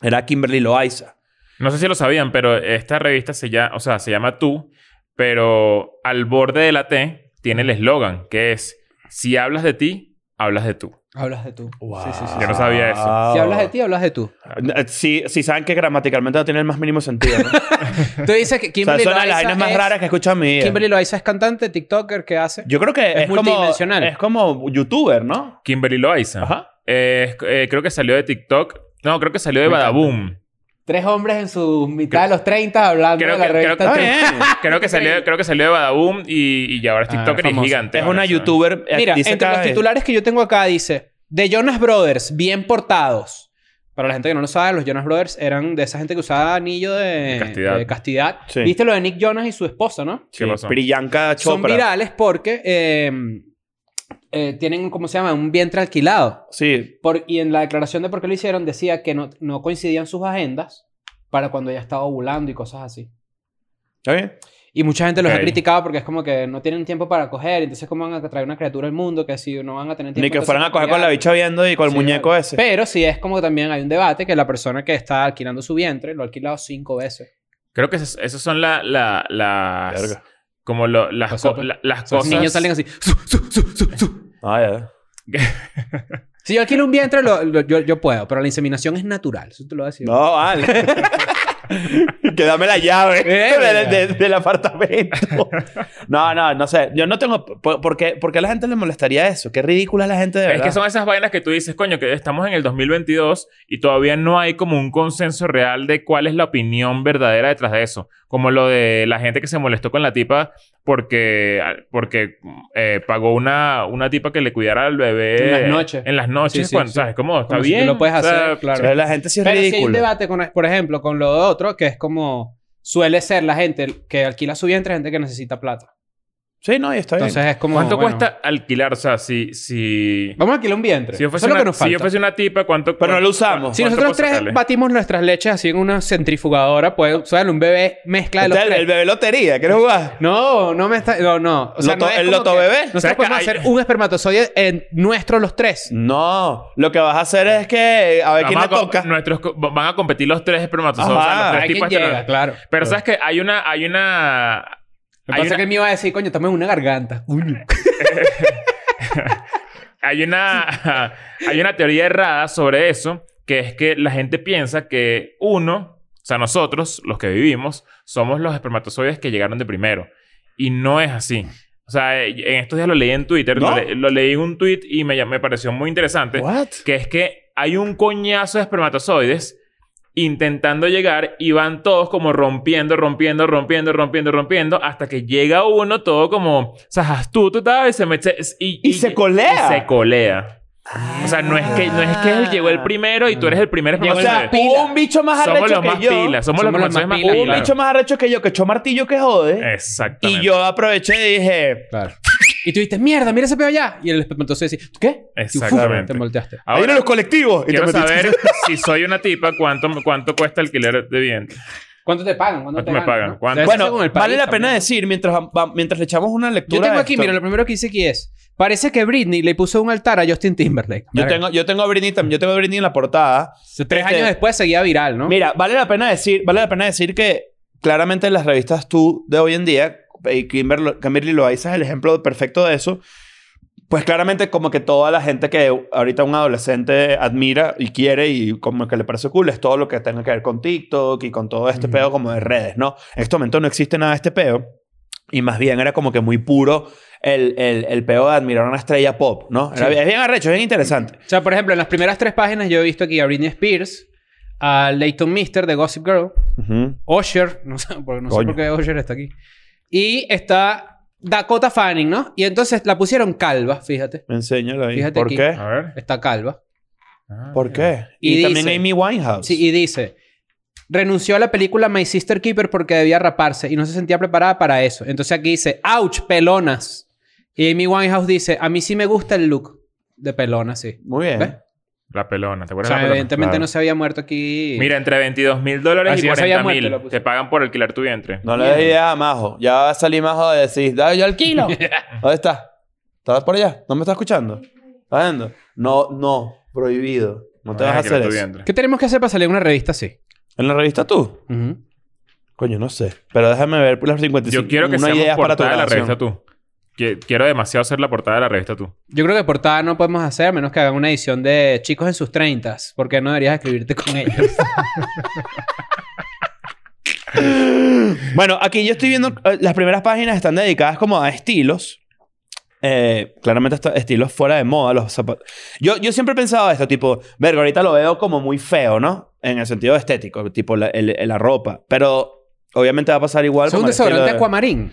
era Kimberly Loaiza.
No sé si lo sabían, pero esta revista se llama, o sea, se llama Tú, pero al borde de la T tiene el eslogan que es si hablas de ti, hablas de tú.
Hablas de tú. Sí, sí, sí.
Yo no sabía eso.
Si hablas de ti, hablas de tú.
Eh, Sí, sí saben que gramaticalmente no tiene el más mínimo sentido.
[LAUGHS]
¿no?
Tú dices
[LAUGHS]
que
o sea,
Kimberly
son las
Loaiza
vainas más
es-
raras que escucho a mí.
Kimberly Loaiza es cantante, tiktoker, ¿qué hace?
Yo creo que es,
es
como,
multidimensional.
es como youtuber, ¿no?
Kimberly Loaiza.
Ajá.
Eh, es- eh, creo que salió de TikTok. No, creo que salió de
Me encanta.
Badaboom.
Tres hombres en su mitad de los 30 hablando
Creo
de la
que- creo
revista
que-
Está
Tú.
bien.
[LAUGHS] Creo
[LAUGHS]
que salió, creo que salió de Badaboom y, y ahora es
Ah,
TikToker y es
famosa.
gigante.
es una
ahora, ¿sabes?
youtuber. eh,
Mira,
dice
entre
cada
los
vez-
titulares que yo tengo acá dice: De Jonas Brothers, bien portados. Para la gente que no lo sabe, los Jonas Brothers eran de esa gente que usaba anillo de,
De castidad.
de castidad.
Sí.
Viste lo de Nick Jonas y su esposa, ¿no?
¿Qué
Sí,
pasó?
Priyanka
Son
Chopra.
virales porque eh, eh, tienen, ¿cómo se llama? Un vientre alquilado.
Sí,
Por- y en la declaración de por qué lo hicieron decía que no, no coincidían sus agendas para cuando ella estaba ovulando y cosas así.
está bien.
Y mucha gente los
Ok.
ha criticado porque es como que no tienen tiempo para coger, entonces cómo van a traer una criatura al mundo que si no van a tener tiempo.
Ni que
entonces
fueran a
para
coger con la
criar?
bicha viendo y con el
Sí,
muñeco
vale.
ese.
Pero sí es como que también hay un debate que la persona que está alquilando su vientre lo ha alquilado cinco veces.
Creo que esas, esas son la, la- las...
Verga.
Como lo- las,
O sea,
co-
pues,
la- las
O sea, los
cosas...
niños salen así. "Su, su, su, su, su".
Ah, ya.
Si yo alquilo un vientre, lo- lo- yo, yo puedo, pero la inseminación es natural. Eso te lo voy a decir.
[LAUGHS]
No, vale. que dame la llave
Verga.
de- de-
[LAUGHS]
del apartamento. no, no, no sé. Yo no tengo... ¿Por, por qué, por qué a la gente le molestaría eso? Qué ridícula es la gente de
Es
verdad.
que son esas vainas que tú dices, coño, que estamos en el 2022 y todavía no hay como un consenso real de cuál es la opinión verdadera detrás de eso. Como lo de la gente que se molestó con la tipa porque, porque eh, pagó una, una tipa que le cuidara al bebé.
En las noches.
En las noches,
Sí, sí,
cuando,
sí.
¿sabes? Como, está
Como si tú
bien.
lo puedes
O sea,
hacer, claro.
Pero La gente sí es
Pero si hay un
ridícula.
debate, con, por ejemplo, con lo de otro, que es como suele ser la gente que alquila su vientre, gente que necesita plata.
Sí, no, y está bien.
Entonces es como.
¿Cuánto
bueno,
cuesta alquilar? O sea, si. si...
Vamos a alquilar un vientre.
Si yo,
Eso es
fuese
lo que
una,
nos
si yo
falta.
fuese una tipa, ¿cuánto?
Pero no lo
cuánto-
usamos.
Si
cuánto
nosotros
puedo
tres
sacarle?
batimos nuestras leches así en una centrifugadora, puede sale un bebé mezcla de los
Este es el,
tres.
el bebé lotería, ¿quieres jugar?
No, no me está. No, no. O sea,
Loto-
no es
el
como
loto
que
bebé.
¿Sabes
Nosotros
que
podemos
hay-
hacer un espermatozoide en nuestro los tres.
No, lo que vas a hacer es que a ver quién
Vamos
le
a com-
toca.
Nuestros, co- van a competir los tres espermatozoides. o
Ajá.
sea, los
A
tres
ver quién
tipos de
llega,
espermatozoides.
claro.
Pero sabes que hay una, hay una.
Ah. Me
Hay
pasa
una-
que él me iba a decir, coño, estamos en una garganta. Coño.
Hay una, [LAUGHS] hay una teoría errada sobre eso, que es que la gente piensa que uno, o sea, nosotros, los que vivimos, somos los espermatozoides que llegaron de primero. Y no es así. O sea, eh, en estos días lo leí en Twitter,
¿No?
lo, le- lo leí en un tweet y me, llam- me pareció muy interesante,
What?
que es que hay un coñazo de espermatozoides intentando llegar y van todos como rompiendo, rompiendo, rompiendo, rompiendo, rompiendo, hasta que llega uno todo como, o sea, astuto, tal, y se mete... Y,
Y se colea.
y se colea. O sea, no es que, no es que él llegó
Ah.
el primero y tú eres el primer
Llegó
O sea,
espermatozoide.
el
hubo un bicho más
Somos
arrecho
los
que
más
yo.
pilas. Somos, los más, más
pilas,
pilas.
Hubo un bicho más arrecho que yo que echó martillo que jode.
Exactamente.
Y yo aproveché y dije,
Claro. Y tú dices, mierda, mira ese peo allá. Y el espermatozoide dice, ¿qué? Y, uf,
Exactamente.
Te volteaste.
Ahora,
ahí vienen los colectivos. Y te
quiero
metiste.
saber si soy una tipa, cuánto, cuánto cuesta alquiler de vientre.
¿Cuánto te pagan?
¿Cuánto
¿Cuánto, te
me
ganan,
pagan?
no?
¿Cuánto?
Debe ser
Bueno,
según el
vale
país
la pena
también.
decir mientras, va- mientras le echamos una lectura.
Yo tengo
de
aquí,
esto.
mira, lo primero que dice aquí es: parece que Britney le puso un altar a Justin Timberlake.
Yo
Verga.
tengo, yo tengo a Britney también, yo tengo a Britney en la portada.
Tres
Este-
años después seguía viral, ¿no?
Mira, vale la pena decir, vale la pena decir que claramente las revistas tú de hoy en día, y Kimber- Kimberly Loaiza es el ejemplo perfecto de eso. Pues claramente como que toda la gente que ahorita un adolescente admira y quiere y como que le parece cool es todo lo que tenga que ver con TikTok y con todo este
Ujú.
pedo como de redes, ¿no? En este momento no existe nada de este pedo y más bien era como que muy puro el, el, el pedo de admirar a una estrella pop, ¿no? Era
Sí.
bien- es bien arrecho, es bien interesante.
O sea, por ejemplo, en las primeras tres páginas yo he visto aquí a Britney Spears, a Leighton Mister de Gossip Girl,
Ujú.
Usher, [LAUGHS] no sé, por- no sé
Coño.
por qué Usher está aquí, y está Dakota Fanning, ¿no? Y entonces la pusieron calva, fíjate.
Enséñalo ahí.
Fíjate
¿Por
aquí.
qué?
A ver. Ah,
Está calva.
¿Por qué? Y,
Y
también
dice-
Amy Winehouse.
Sí, y dice, renunció a la película My Sister Keeper porque debía raparse y no se sentía preparada para eso. Entonces aquí dice, ouch, pelonas. Y Amy Winehouse dice, a mí sí me gusta el look de pelona, sí.
Muy bien.
¿Ves?
La pelona. ¿Te
O
acuerdas
sea,
de la pelona?
evidentemente
claro.
no se había muerto aquí.
Mira, entre 22 mil dólares
Así
y
ya se
40
había muerto, lo
mil.
puse.
Te pagan por alquilar tu vientre.
No le des idea a Majo. Ya va a salir Majo a decir, dale yo
[LAUGHS]
alquilo. ¿Dónde está? ¿Estás por allá? ¿No me estás escuchando? ¿Estás viendo? No, no. Prohibido. No te vas a
alquilar
hacer
tu
eso.
vientre.
¿Qué tenemos que hacer para salir en una revista así?
¿En la revista tú?
Ujú.
Coño, no sé. Pero déjame ver por las 55.
Yo quiero que
una
seamos
idea para tu
portada de la revista
grabación.
Tú. Que- Quiero demasiado ser la portada de la revista Tú.
Yo creo que portada no podemos hacer a menos que hagan una edición de chicos en sus treintas, porque no deberías escribirte
[LAUGHS]
con ellos.
Bueno, aquí yo estoy viendo, eh, las primeras páginas están dedicadas como a estilos. Eh, claramente está- estilos fuera de moda, los zapatos. Yo, yo siempre he pensado esto, tipo, verga, ahorita lo veo como muy feo, ¿no? En el sentido estético, tipo la, el- el- la ropa. Pero obviamente va a pasar igual.
es un
con el estilo
desodorante
de-
acuamarín.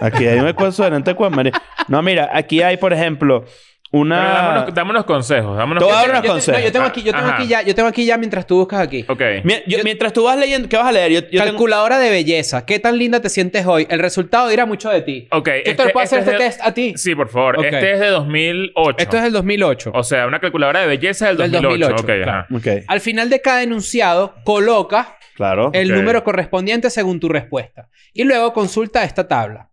Aquí hay un desodorante Aquamarine. No, mira, aquí hay, por ejemplo,
Pero
una...
dámonos, dámonos consejos. Dámonos
Te voy a dar
consejos.
unos
Yo, te- no,
consejos.
yo tengo aquí, yo tengo
Ajá.
aquí ya, yo tengo aquí ya mientras tú buscas aquí.
Ok.
Mien- yo-
yo-
mientras tú vas leyendo, ¿qué vas a leer? Yo, yo tengo-
Calculadora de belleza. ¿Qué tan linda te sientes hoy? El resultado dirá mucho de ti.
Ok,
Yo
este-
te puedo hacer
este
este
es de-
test a ti.
Sí, por favor.
Ok.
Este es de 2008.
Esto es del 2008.
O sea, una calculadora de belleza del
Del
2008.
2008,
ok,
claro.
ajá.
Ok,
Al final de cada enunciado, coloca
claro.
el
Ok.
número correspondiente según tu respuesta. Y luego consulta esta tabla.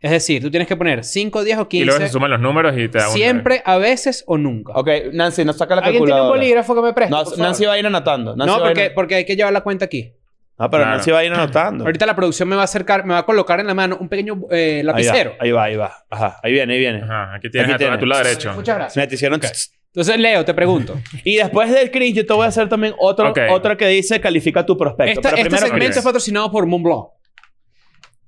Es decir, tú tienes que poner 5, 10 o
Y luego se
15.
suman los números y te da un...
Siempre, a veces o nunca.
Ok, Nancy, nos saca la
¿Alguien tiene un
calculadora.
bolígrafo que me preste?
No,
por favor?
Nancy va a ir anotando. Nancy
no
va a ir
porque, porque hay que llevar la cuenta aquí.
Ah, pero
Claro.
Nancy va a ir anotando.
Ahorita la producción me va a acercar, me va a colocar en la mano un pequeño eh,
Ahí va,
lapicero.
Ahí va, ahí va. Ajá, ahí viene, ahí viene.
Ajá. Aquí tienes, a tu-
Aquí
a,
tienes.
tu lado derecho.
Muchas gracias.
Me te hicieron...
Ok. Entonces, Leo, te pregunto.
Y después del Chris, yo te voy a hacer también otro,
Ok.
otro que dice califica tu prospecto.
Esta-
pero
este
primero
segmento
Chris.
es patrocinado por Montblanc.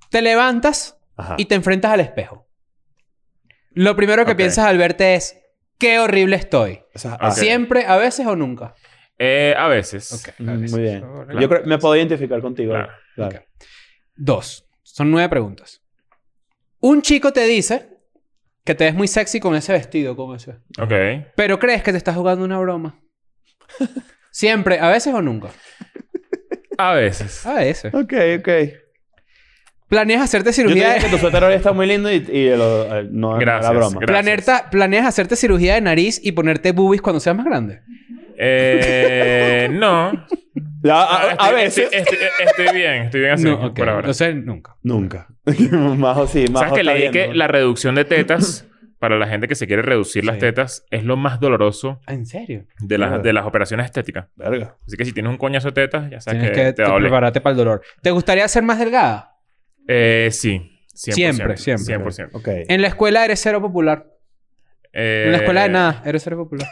Te levantas
Ajá.
y te enfrentas al espejo. Lo primero que
Ok.
piensas al verte es, qué horrible estoy.
O sea,
Ok.
ah,
Siempre, a veces o nunca.
Eh, a veces.
mm, Muy bien. Yo creo me puedo identificar contigo.
Claro.
Claro.
Ok. Dos. Son nueve preguntas. Un chico te dice que te ves muy sexy con ese vestido, como ese.
Ok.
Pero crees que te estás jugando una broma. Siempre, a veces o nunca.
A veces.
Ah, ese.
Ok, ok.
¿Planeas hacerte
Yo te
cirugía
dije
de...
que tu suéter hoy está muy lindo y, y lo- eh, no no
Gracias,
era broma.
gracias.
Planearta- ¿Planeas hacerte cirugía de nariz y ponerte boobies cuando seas más grande?
Eh, [LAUGHS] no.
La-
Ah,
a,
estoy-
a veces.
Estoy, estoy- estoy bien, estoy bien así
no, ok.
por ahora.
O sea, nunca.
Nunca. [LAUGHS] Majo sí, Majo
¿Sabes que
está
leí que
viendo.
la reducción de tetas, para la gente que se quiere reducir las
Sí.
tetas, es lo más doloroso
Ah, ¿En serio?
de las,
Claro.
de las operaciones estéticas?
Verga.
Así que si tienes un coñazo de tetas, ya sabes
Tienes
que,
que,
te
te-
va a doler.
prepararte para el dolor. ¿Te gustaría ser más delgada?
Eh, sí. 100%,
Siempre, siempre.
100%.
Ok.
En la escuela eres cero popular.
Eh,
En la escuela de nada, eres cero popular.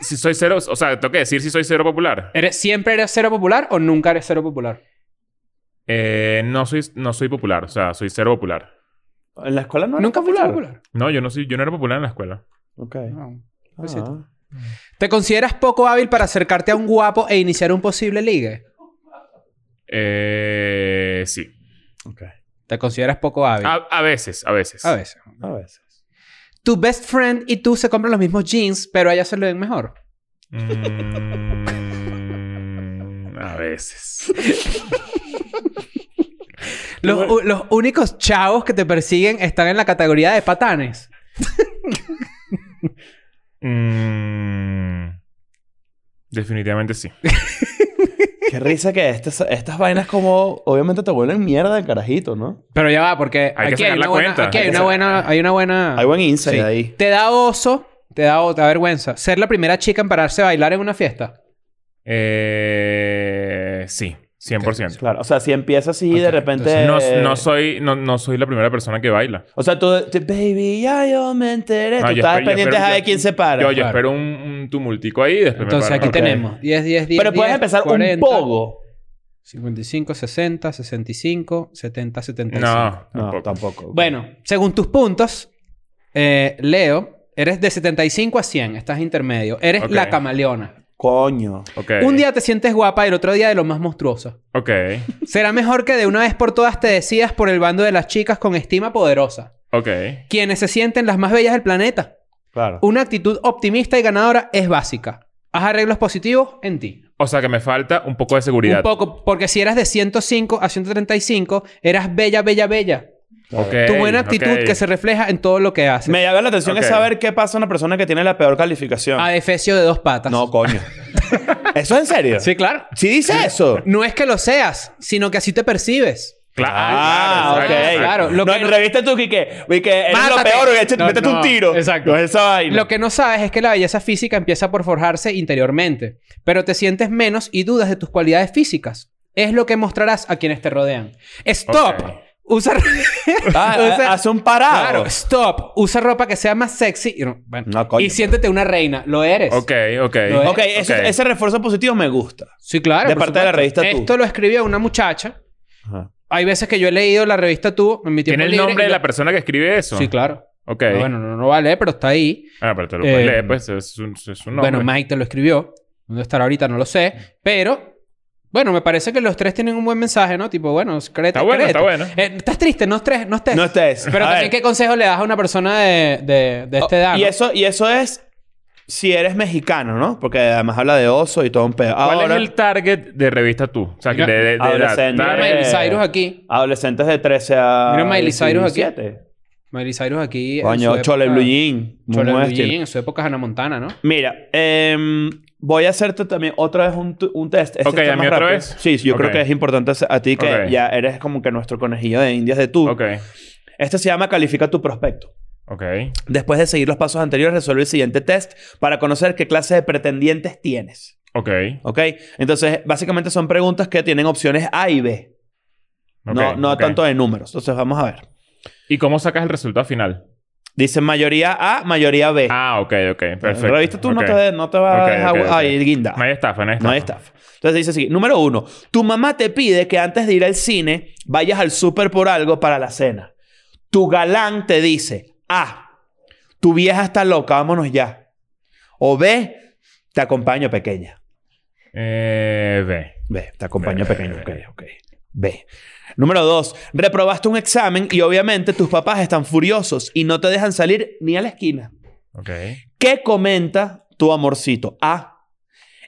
Si soy cero... O sea, tengo que decir si soy cero popular.
¿Eres, ¿Siempre eres cero popular o nunca eres cero popular?
Eh, no, soy, no soy popular. O sea, soy cero popular.
En la escuela no
¿Nunca
fui
fuiste
No, yo no, soy, yo no era popular en la escuela.
Ok.
No.
Ah.
Besito. ¿Te consideras poco hábil para acercarte a un guapo e iniciar un posible ligue?
Eh, sí.
Ok.
¿Te consideras poco hábil?
A, a veces, a veces.
A veces.
A veces.
Tu best friend y tú se compran los mismos jeans, pero a ella se le ven mejor.
Mm, a veces.
Los, u- los únicos chavos que te persiguen están en la categoría de patanes.
Mm, definitivamente sí.
Qué risa que estas, estas vainas como... Obviamente te vuelven mierda el carajito, ¿no?
Pero ya va, porque
Hay que
aquí,
sacar
hay una,
la
buena,
cuenta.
aquí hay,
Hay que
una
sa-
buena... Hay una buena...
Ah,
Hay buen insight ahí.
Te da oso, te da, o- te da vergüenza. Ser la primera chica en pararse a bailar en una fiesta.
Eh, sí, 100%.
Claro. O sea, si empieza así
Ok,
de repente...
No,
Eh.
no soy, no, no soy la primera persona que baila.
O sea, tú... te- Baby, ya yo me enteré.
No,
tú
yo
estás
espero- yo
pendiente
espero-
a ver
yo-
quién se para.
Yo, yo
claro.
espero un, un tumultico ahí y después me
Entonces
paro.
aquí
Ok.
tenemos 10, 10, 10,
Pero puedes
10,
empezar
40,
un poco.
55, 60, 65, 70, 75.
No,
No, tampoco.
tampoco.
Bueno, según tus puntos, eh, Leo, eres de 75 a 100. Estás intermedio. Eres
Ok.
la camaleona.
Coño.
Ok.
Un día te sientes guapa y el otro día de lo más monstruosa.
Ok.
Será mejor que de una vez por todas te decidas por el bando de las chicas con estima poderosa.
Ok.
Quienes se sienten las más bellas del planeta.
Claro.
Una actitud optimista y ganadora es básica. Haz arreglos positivos en ti.
O sea que me falta un poco de
Un
seguridad.
poco, porque si eras de 105 a 135, eras bella, bella, bella.
Ok,
tu buena actitud
ok.
que se refleja en todo lo que haces.
Me llama la atención
Ok.
es saber qué pasa a una persona que tiene la peor calificación.
Adefesio de dos patas.
No, coño. ¿Eso es en serio?
Sí, claro.
¿Sí dice eso?
No es que lo seas, sino que así te percibes.
Claro,
Ah,
claro,
ok.
exacto.
Claro, lo
no,
que
en
no-
revista tú, Quique. Oye, que eres lo
Mátate.
peor. Échate,
No,
métete
no,
un tiro.
exacto.
No es esa vaina.
Lo que no sabes es que la belleza física empieza por forjarse interiormente, pero te sientes menos y dudas de tus cualidades físicas. Es lo que mostrarás a quienes te rodean. ¡Stop!
Ok.
Usa...
[LAUGHS]
[LAUGHS]
Ah, ah,
usa-
Haz un parado.
Claro, stop. Usa ropa que sea más sexy. Y, no- bueno,
No, coño,
y siéntete una reina. Lo eres.
Ok, ok.
Lo es.
Ok, eso-
Ok.
ese refuerzo positivo me gusta.
Sí, claro.
De
por
parte de la
supuesto.
revista Tú.
Esto lo escribió una muchacha. Hay veces que yo he leído la revista Tú en mi tiempo
¿Tiene el
libre
nombre
y
de
yo-
la persona que escribe eso?
Sí, claro.
Ok.
No, bueno, no, no vale, pero está ahí.
Ah, pero te lo puedes
Eh,
leer, pues. Es un, es un nombre.
Bueno, Mike te lo escribió. ¿Dónde estará ahorita? No lo
Mm.
sé. Pero, bueno, me parece que los tres tienen un buen mensaje, ¿no? Tipo, bueno, créete,
Está bueno,
créete.
está bueno.
Eh, estás triste, no estés. No estés.
No estés.
Pero
A
también,
ver. Oh,
¿qué consejo le das a una persona de, de, de esta edad?
Y
no?
eso, y eso es si eres mexicano, ¿no? Porque además habla de oso y todo un pedo.
¿Cuál
Ahora,
es el target de revista tú? O sea, que
Mira,
de, de, de edad.
adolescente.
Mira,
Target-
Miley Cyrus aquí.
adolescentes de 13 a.
Mira Miley Cyrus aquí.
17.
Miley Cyrus aquí. en su
Coño,
época-
Chole Blue Jean. Muy
Chole
buen
Blue
estilo.
Jean, en su época es Hannah Montana, ¿no?
Mira, em, voy a hacerte también otra vez un, tu- un test. Este
Ok,
está
¿a
más
mí otra
rápido.
vez?
Sí, yo creo
Ok.
que es importante a ti que
Ok.
ya eres como que nuestro conejillo de indias de tú.
Ok.
Este se llama Califica tu prospecto.
Ok.
Después de seguir los pasos anteriores, resuelve el siguiente test para conocer qué clase de pretendientes tienes.
Ok.
¿Ok? Entonces, básicamente son preguntas que tienen opciones A y B.
ok,
no no
ok.
tanto de números. Entonces, vamos a ver.
¿Y cómo sacas el resultado final?
Dicen mayoría A, mayoría B.
Ah, ok, ok. Perfecto.
Eh, Revista tú no,
Ok.
te, no te va
Ok,
a dejar
ok, ok.
ahí guinda.
No hay estafa, no hay estafa.
No hay estafa. Entonces dice así. Número uno. Tu mamá te pide que antes de ir al cine vayas al súper por algo para la cena. Tu galán te dice A. Tu vieja está loca, vámonos ya. O B. Te acompaño pequeña.
Eh, ve.
B. Te
Ve,
acompaño pequeña.
ve,
Ok, ok. B. Número dos. Reprobaste un examen y obviamente tus papás están furiosos y no te dejan salir ni a la esquina.
Ok.
¿Qué comenta tu amorcito? A. Ah,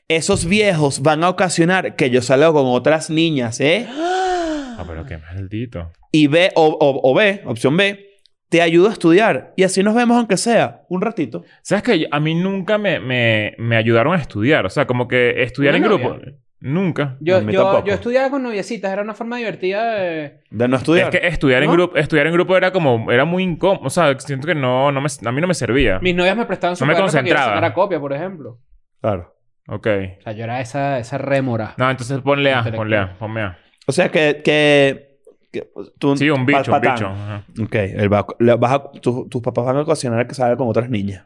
esos viejos van a ocasionar que yo salga con otras niñas, ¿eh?
Ah, pero qué maldito.
Y B, o, o- o B, opción B, te ayudo a estudiar. Y así nos vemos, aunque sea un ratito.
¿Sabes que A mí nunca me, me, me ayudaron a estudiar. O sea, como que estudiar
¿Una
en
novia?
grupo. Nunca.
Yo,
A mí
yo,
tampoco.
yo estudiaba con noviecitas, era una forma divertida de...
De no
Es
estudiar.
que estudiar en
¿No?
grupo, estudiar en grupo era como, era muy incómodo. O sea, siento que no, no me, a mí no me servía.
Mis novias me prestaban su
No me
cuaderno para que yo
concentraba.
sacara copia, por ejemplo.
Claro.
Ok.
O sea, yo era esa, esa rémora.
No, entonces ponle A,
Intelectual.
ponle A, ponme A.
O sea que... que, que pues, tú,
Sí, un bicho,
pa-
un
patán.
bicho. Ajá.
Ok. él va- le vas a- tus- tus papás van a ocasionar que salga con otras niñas.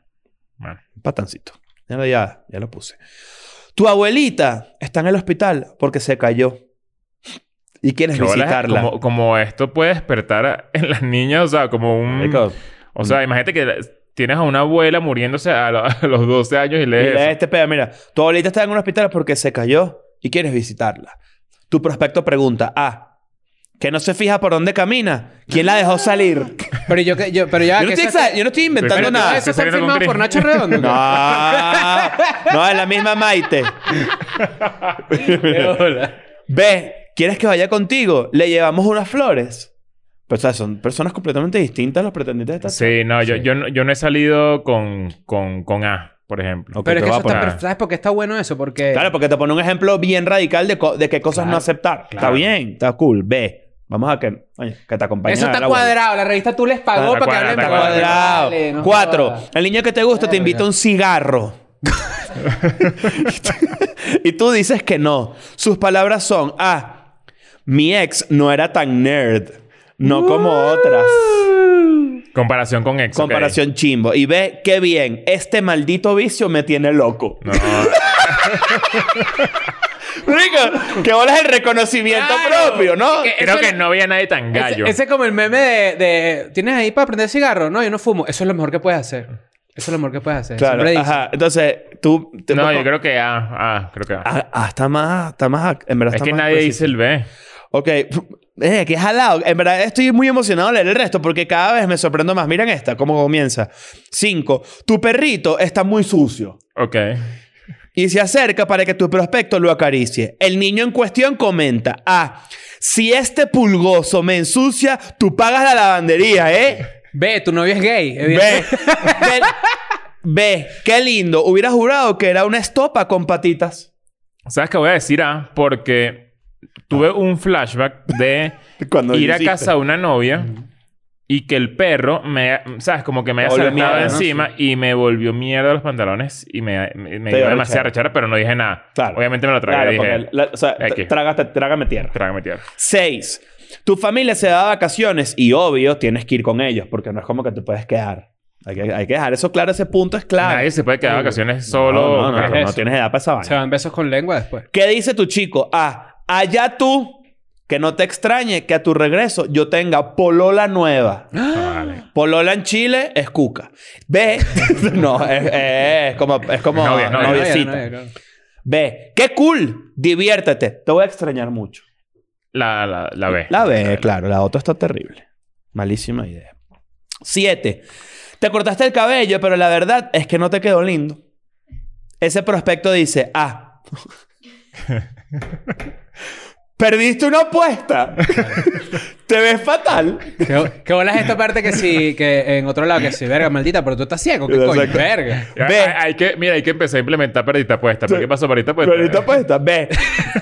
Bueno.
Patancito. Ya, lo- ya, ya lo puse. Tu abuelita está en el hospital porque se cayó. Y quieres
Qué bolas,
visitarla.
Como, como esto puede despertar a- [LAUGHS] en las niñas, o sea, como un...
Marico,
O sea, imagínate que la- tienes a una abuela muriéndose a, lo- [LAUGHS] a los 12 años y
y
lees...
le da
Mm, eso.
este pedo. Mira, tu abuelita está en un hospital porque se cayó y quieres visitarla. Tu prospecto pregunta A. Que no se fija por dónde camina. ¿Quién la dejó salir?
Pero yo, que- yo, pero ya...
yo, no
Ah, que
estoy
esa-
exa- yo no estoy inventando
Pero-
nada.
¿Eso
Estoy
fue
saliendo con
firmado
Chris.
por Nacho
[LAUGHS]
Redondo?
No,
[LAUGHS]
no, es la misma Maite.
Qué bola.
B, ¿quieres que vaya contigo? Le llevamos unas flores. Pero, o sea, son personas completamente distintas los pretendientes de esta
Sí, no, Yo,
Sí.
yo, no- yo no he salido con, con, con A, por ejemplo.
Ok.
Pero
te
es que
va a
eso está...
poner.
per- ¿Sabes por qué está bueno eso? Porque...
Claro, porque te pone un ejemplo bien radical de, co- de qué cosas
Claro,
no aceptar. Está
claro.
bien, está cool. B, vamos a que, oye, que te acompañe.
Eso
a
está
la abuela.
cuadrado. La revista tú les pagó
Está
para
cuadrado,
que hablen
está
de
Cuadrado.
Dale, no
Cuatro,
jodas.
el niño que te gusta te
Verga.
invita a un cigarro. [LAUGHS] y tú dices que no. Sus palabras son, ah, mi ex no era tan nerd, no como otras.
Comparación con ex. ok.
Comparación chimbo. Y ve, qué bien, este maldito vicio me tiene loco. [LAUGHS]
No,
Rico, que ahora es el reconocimiento
Claro.
propio, ¿no?
Que-
creo
Eso
que
no-
no había nadie tan gallo.
Ese, ese es como el meme de, de, ¿Tienes ahí para prender cigarro? No, yo no fumo. Eso es lo mejor que puedes hacer. Eso es lo mejor que puedes hacer.
Claro,
Siempre dice.
ajá. Entonces, tú... te-
no, yo creo que A, A, creo que A.
Ah, ah, está más... Está más... En verdad
es
está
que
más
nadie dice
específico.
el B.
Ok. [LAUGHS] Eh, que jalado. En verdad estoy muy emocionado de leer el resto porque cada vez me sorprendo más. Miren esta, cómo comienza. Cinco. Tu perrito está muy sucio
Ok.
y se acerca para que tu prospecto lo acaricie. El niño en cuestión comenta, ah, si este pulgoso me ensucia, tú pagas la lavandería, ¿eh?
Ve, tu novio es gay.
Ve, ve, ve, qué lindo. Hubiera jurado que era una estopa con patitas.
¿Sabes qué voy a decir A? Porque tuve un flashback
[LAUGHS]
de
Cuando
ir a
Ah. hiciste.
casa de una novia y que el perro me, ¿sabes? Como que me haya
Te volvió
saltado
mierda, ¿no?
encima y me volvió mierda los pantalones y me, me, me
Te
dio
dio
demasiada
rechera.
rechera, pero no dije nada.
Claro.
Obviamente me lo tragué.
Claro,
dije,
porque la- o sea,
X.
trágate- trágame tierra.
trágame tierra.
6. Tu familia se da vacaciones y obvio tienes que ir con ellos porque no es como que te puedes quedar. Hay que, hay que dejar eso claro, ese punto es claro.
Nadie se puede quedar de vacaciones
No,
solo.
no, no,
claro.
no,
eso.
no tienes edad para esa vaina.
Se van besos con lengua después.
¿Qué dice tu chico? Ah, allá tú, que no te extrañe que a tu regreso yo tenga polola nueva.
Vale.
Polola en Chile es cuca. Ve, [LAUGHS] no, es, es como, es como
Novia, novia.
noviecita.
Novia, novia, claro.
Ve, qué cool, diviértete. Te voy a extrañar mucho.
La, la, la B.
La B, claro, la otra está terrible. Malísima idea. Siete. Te cortaste el cabello, pero la verdad es que no te quedó lindo. Ese prospecto dice, ah. Perdiste una apuesta. te ves fatal.
¿Qué, qué bola es esta parte que si... Que en otro lado que si... Verga, maldita, pero tú estás ciego. ¿Qué coño?
Exacto.
Verga.
Ya,
B.
Hay, hay que, mira, hay que empezar a implementar perdita puesta. ¿Por qué pasó perdita puesta?
Perdiste apuesta. Ve.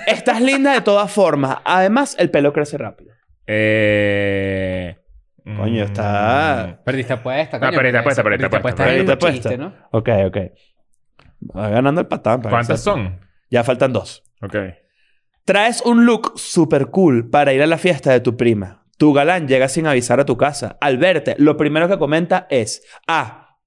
Estás linda de todas formas. Además, el pelo crece rápido.
Eh,
Coño, está-
Perdiste apuesta,
No,
Ah,
coño.
perdiste apuesta, perdiste apuesta,
Perdiste apuesta. es
perdiste
el
apuesta.
chiste, ¿no?
Ok, ok. Va ganando el patán. parece.
¿Cuántas son?
Ya faltan dos.
Ok.
Traes un look super cool para ir a la fiesta de tu prima. Tu galán llega sin avisar a tu casa. Al verte, lo primero que comenta es: A.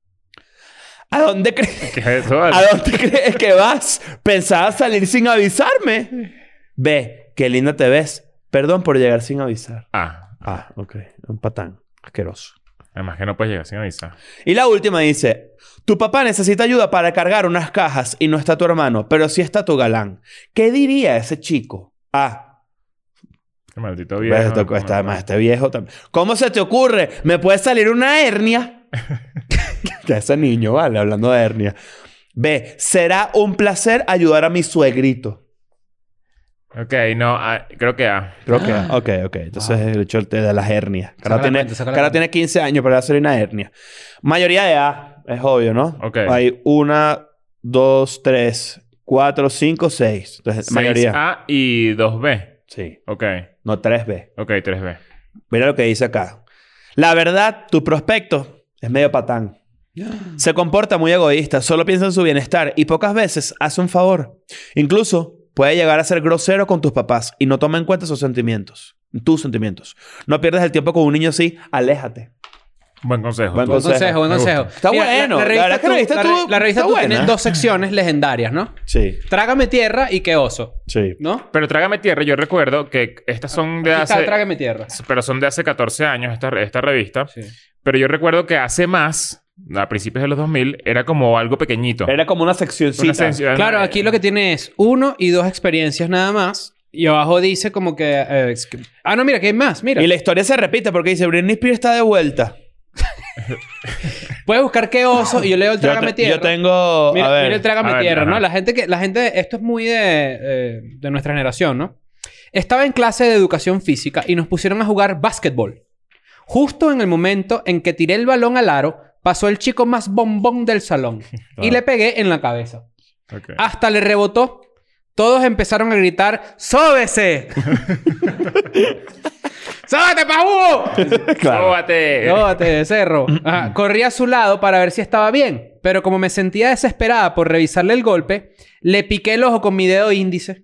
¿A dónde, cre-
¿Qué es eso?
[LAUGHS] ¿A dónde crees que vas? ¿Pensabas salir sin avisarme? B. Qué linda te ves. Perdón por llegar sin avisar.
Ah,
Ah, ok. Un patán. Asqueroso.
además que no puedes llegar pues, sin avisar.
Y la última dice, tu papá necesita ayuda para cargar unas cajas y no está tu hermano, pero sí está tu galán. ¿Qué diría ese chico? Ah,
Qué maldito viejo.
ves, Pues, esto- está- además este viejo también. ¿Cómo se te ocurre? ¿Me puede salir una hernia? que ese niño, vale, hablando de hernia. B. Será un placer ayudar a mi suegrito.
Ok, no, ah, creo que A.
Creo que. Ok, ok. Entonces, el hecho te da las hernias. Cara,
la
tiene,
cuenta, saca la
cara
cuenta.
tiene 15 años, pero va a ser una hernia. Mayoría de A. Es obvio, ¿no?
Ok.
Hay una, dos, tres, cuatro, cinco, seis. Entonces, mayoría.
6A y 2B.
Sí.
Ok,
No, 3B.
ok, 3B.
Mira lo que dice acá. La verdad, tu prospecto es medio [GASPS] patán. Se comporta muy egoísta, solo piensa en su bienestar y pocas veces hace un favor. Incluso puede llegar a ser grosero con tus papás y no toma en cuenta sus sentimientos, tus sentimientos. No pierdas el tiempo con un niño así, aléjate.
Buen consejo.
Buen
tú.
Buen consejo, buen
Me gusta.
consejo.
Está bueno. La verdad es que la revista
re-
tú-
la revista
está
tú
buena.
tiene dos secciones legendarias, ¿no?
Sí,
Trágame tierra y qué oso,
sí.
¿no?
Pero Trágame Tierra, yo recuerdo que estas son de
Aquí está,
hace...
Trágame tierra.
Pero son de hace 14 años esta, esta revista.
Sí.
Pero yo recuerdo que hace más, a principios de los 2000, era como algo pequeñito.
Era como una seccioncita.
Una sensibilidad-
Claro, aquí lo que tiene es uno y dos experiencias nada más. Y abajo dice como que... eh, es que- ah, no, mira, que hay más. Mira.
Y la historia se repite porque dice, Britney Spears está de vuelta.
Puedes buscar qué oso y yo leo el
Yo,
trágame
te-
tierra.
yo tengo...
Mira,
a ver.
mira el trágame
Oh, A ver,
tierra, ¿no?
ajá.
La gente que... La gente... Esto es muy de, eh, de nuestra generación, ¿no? Estaba en clase de educación física y nos pusieron a jugar básquetbol. Justo en el momento en que tiré el balón al aro, pasó el chico más bombón
[LAUGHS]
del salón. Y le pegué en la cabeza.
Ok.
Hasta le rebotó. Todos empezaron a gritar, ¡sóbese! [LAUGHS] ¡Sóbete,
[LAUGHS]
pavú!
Claro.
¡Sóbate! [LAUGHS]
¡Sóbete, cerro! Ajá. Corrí a su lado para ver si estaba bien. Pero como me sentía desesperada por revisarle el golpe, le piqué el ojo con mi dedo índice.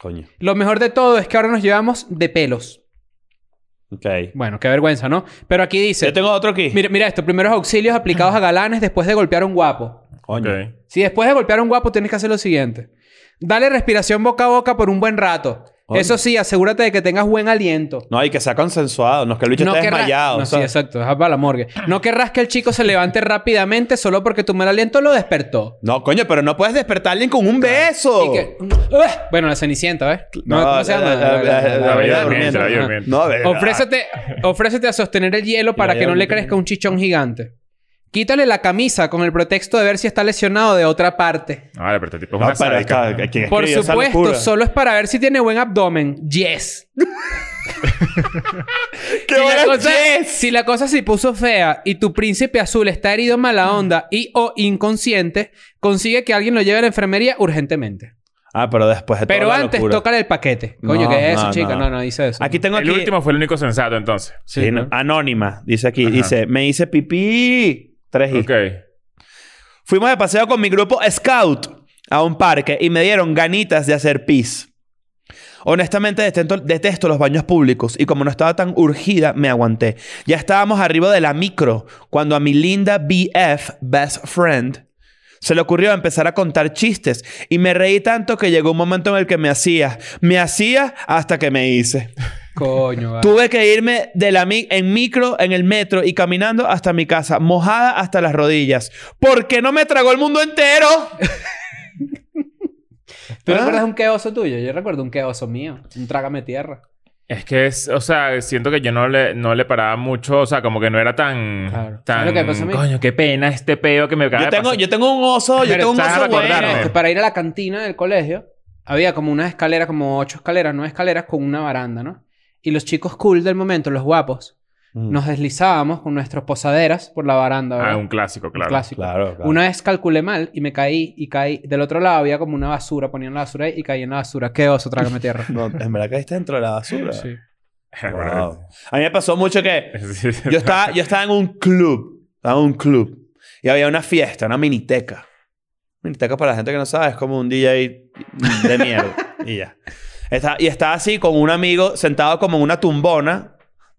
Coño.
Lo mejor de todo es que ahora nos llevamos de pelos.
Ok.
Bueno, qué vergüenza, ¿no? Pero aquí dice...
Yo tengo otro aquí.
Mira, mira esto. Primeros auxilios aplicados a galanes después de golpear a un guapo.
Coño.
Ok.
Si después de golpear a un guapo tienes que hacer lo siguiente. Dale respiración boca a boca por un buen rato.
Oye.
Eso sí, asegúrate de que tengas buen aliento.
No, y que sea consensuado. No es que el bicho esté
querrás-
desmayado.
No, sí,
¿sabes?
exacto. Es para la morgue. No querrás que el chico se levante rápidamente solo porque tu mal aliento lo despertó.
No, coño, pero no puedes despertar a alguien con un beso.
Y que- ¡Ugh! Bueno, la cenicienta, ¿ves? No,
No,
¿cómo se
la-
llama? Oh,
la- la- la-
La
Bella
bella
Durmiente,
durmiente, la bella
Ajá.
durmiente.
No, a ver.
Ofrécete, ofrécete a sostener el hielo para
Bella
que no le
Durmiente.
crezca un chichón gigante. Quítale la camisa con el pretexto de ver si está lesionado de otra parte.
No, vale, pero este tipo es
No,
una
pero
sádica.
está- ¿quién
Por
escribió esa
supuesto,
locura?
solo es para ver si tiene buen abdomen. Yes.
¡Qué
si, la
buena
cosa,
yes!
si la cosa se puso fea y tu príncipe azul está herido mala onda y o inconsciente, consigue que alguien lo lleve a la enfermería urgentemente.
Ah, pero después de toda
Pero
la
antes
locura.
tócale el paquete. Coño,
No,
¿qué es eso,
no,
chica?
no.
No, no, dice eso.
Aquí tengo
El
aquí...
último fue el único sensato, entonces.
Sí, no. Anónima. Dice aquí.
Ajá.
Dice, me hice pipí. Tres hijos.
Ok.
Fuimos de paseo con mi grupo Scout a un parque y me dieron ganitas de hacer pis. Honestamente detento- detesto los baños públicos y como no estaba tan urgida me aguanté. Ya estábamos arriba de la micro cuando a mi linda BF, best friend, se le ocurrió empezar a contar chistes y me reí tanto que llegó un momento en el que me hacía, me hacía hasta que me hice.
Coño, vale.
Tuve que irme de la mi- en micro, en el metro y caminando hasta mi casa, mojada hasta las rodillas. ¿Por qué no me tragó el mundo [LAUGHS] entero?
¿Tú
Ah.
recuerdas un queoso tuyo? Yo recuerdo un queoso mío. Un trágame tierra.
Es que es, o sea, siento que yo no le, no le paraba mucho, o sea, como que no era tan.
Claro.
tan
¿Sabes lo que me pasa a mí?
Coño, qué pena este peo que me acaba
Yo
de
tengo,
pasar".
yo tengo un oso, yo
Pero
tengo un
estás
oso
recordando.
bueno.
Este, para ir a la cantina del colegio, había como unas escaleras, como ocho escaleras, nueve escaleras con una baranda, ¿no? Y los chicos cool del momento, los guapos,
Mm.
nos deslizábamos con nuestras posaderas por la baranda, ¿verdad?
Mm. Ah, un clásico, claro.
clásico.
Claro, claro.
Una vez calculé mal y me caí y caí. Del otro lado había como una basura, ponían la basura ahí y caí en la basura. Qué oso, trágame
[LAUGHS]
tierra.
No, en verdad que está dentro de la basura.
[LAUGHS]
Sí.
[LAUGHS] Bueno,
Wow. A mí me pasó mucho que
es- es-
yo estaba, yo estaba en un club, estaba en un club y había una fiesta, una miniteca. Miniteca para la gente que no sabe es como un DJ de mierda y ya. Está- y estaba así con un amigo sentado como en una tumbona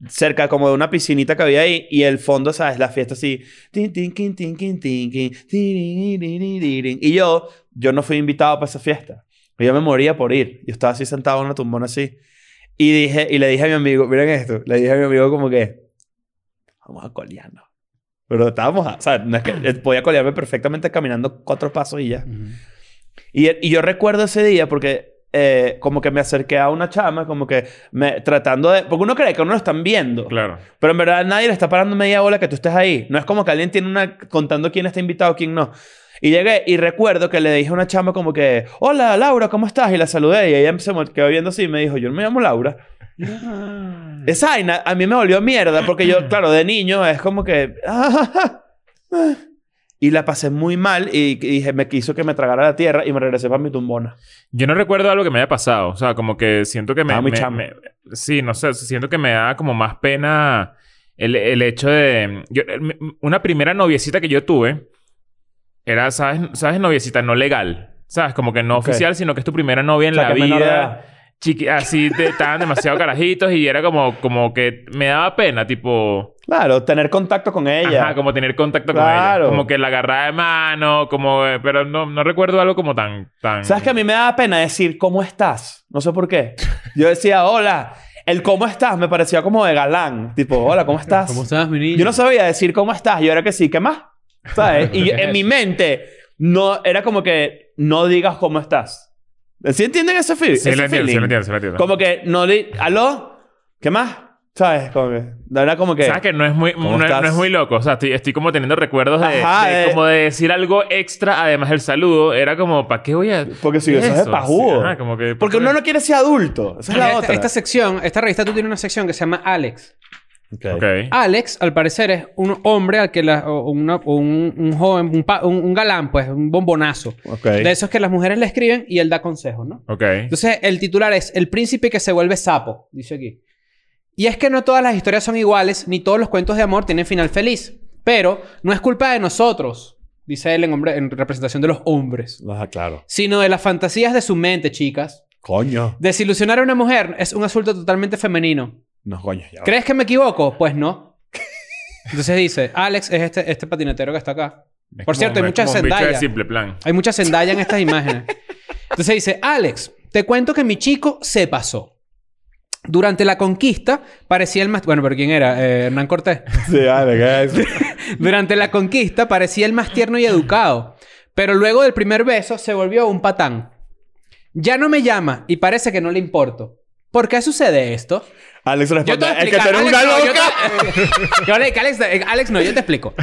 cerca como de una piscinita que había ahí y el fondo, ¿sabes? La fiesta así. tin, tin, quin, tin, quin, tin, quin, tin, tin, tin, tin, tin, tin. Y yo, yo no fui invitado para esa fiesta. Yo me moría por ir. Yo estaba así sentado en una tumbona así. Y dije, y le dije a mi amigo, miren esto, le dije a mi amigo como que, vamos a colearnos. Pero estábamos, a- o sea, no es que eh, podía colearme perfectamente caminando cuatro pasos y ya.
Ujú.
Y, y yo recuerdo ese día porque eh, como que me acerqué a una chama, como que me, tratando de... Porque uno cree que uno lo están viendo.
Claro.
Pero en verdad nadie le está parando media bola que tú estés ahí. No es como que alguien tiene una... contando quién está invitado, quién no. Y llegué y recuerdo que le dije a una chama como que, hola Laura, ¿cómo estás? Y la saludé y ella se me quedó viendo así y me dijo, yo no me
[LAUGHS]
llamo Laura. Esa vaina a mí me volvió mierda porque yo, claro, de niño es como que... [LAUGHS] y la pasé muy mal y, y dije, me quiso que me tragara la tierra y me regresé para mi tumbona.
Yo no recuerdo algo que me haya pasado. O sea, como que siento que me...
Ah, muy
me-
chamo.
me- sí, no sé. Siento que me da como más pena el, el hecho de... yo- el- una primera noviecita que yo tuve era, ¿sabes? ¿Sabes? Noviecita no legal. ¿Sabes? Como que no
Ok.
oficial, sino que es tu primera novia en
O sea,
la
que es menor de edad.
vida. Chiqui así de, estaban demasiado carajitos y era como, como que me daba pena, tipo...
Claro, tener contacto con ella.
Ajá, como tener contacto con
Claro.
ella. Como que la agarraba de mano, como... eh, Pero no, no recuerdo algo como tan... tan...
¿Sabes que a mí me daba pena decir cómo estás? No sé por qué. Yo decía, hola. El cómo estás me parecía como de galán. Tipo, hola, ¿cómo estás?
¿Cómo estás, mi niño?
Yo no sabía decir cómo estás. Yo era que sí, ¿qué más? ¿Sabes?
[LAUGHS]
Y yo- en mi mente, no, era como que no digas cómo estás. ¿Sí entienden ese, fi-
Sí,
ese
lo entiendo, sí lo
feeling?
entiendo, sí lo entiendo.
Como que no le... ¿Aló? ¿Qué más? ¿Sabes? Como que... Era como que...
¿Sabes que no es muy,
¿Cómo
no, es-
estás?
no es muy loco? O sea, estoy, estoy como teniendo recuerdos de,
Ajá,
de
eh.
como de decir algo extra, además del saludo. Era como, ¿para qué voy a...?
Porque si
¿qué
eso es de pajudo.
Sí, ajá, como que...
Porque uno no quiere ser adulto. Esa es
Mira,
la
esta,
otra.
esta sección, esta revista tú tienes una sección que se llama Alex.
Ok.
Alex, al parecer, es un hombre al que la- o una- o un, un joven, un, pa- un- un galán, pues, un bombonazo.
Ok.
De esos que las mujeres le escriben y él da consejos, ¿no?
Ok.
Entonces, el titular es El príncipe que se vuelve sapo, dice aquí. Y es que no todas las historias son iguales, ni todos los cuentos de amor tienen final feliz. Pero no es culpa de nosotros, dice él en, hombre- en representación de los hombres,
Ajá, claro.
sino de las fantasías de su mente, chicas.
Coño.
Desilusionar a una mujer es un asunto totalmente femenino.
No, coño. ya va.
¿Crees que me equivoco? Pues no. Entonces dice, Alex es este, este patinetero que está acá.
Es
Por
como-
cierto, hay
es
muchas
como un bicho de
Zendaya.
simple plan.
Hay mucha Zendaya en estas imágenes. Entonces dice, Alex, te cuento que mi chico se pasó. Durante la conquista parecía el más... Bueno, pero ¿quién era? Eh, Hernán [LAUGHS] Cortés.
[LAUGHS] Sí, vale, ¿qué es?
Durante la conquista parecía el más tierno y educado. Pero luego del primer beso se volvió un patán. Ya no me llama y parece que no le importo. ¿Por qué sucede esto?
Alex
Yo
responde,
te voy a
es que tú
explicar.
eres una
Alex, no, yo
loca.
te- [LAUGHS] Yo le dije, Alex, eh, Alex, no, yo te explico.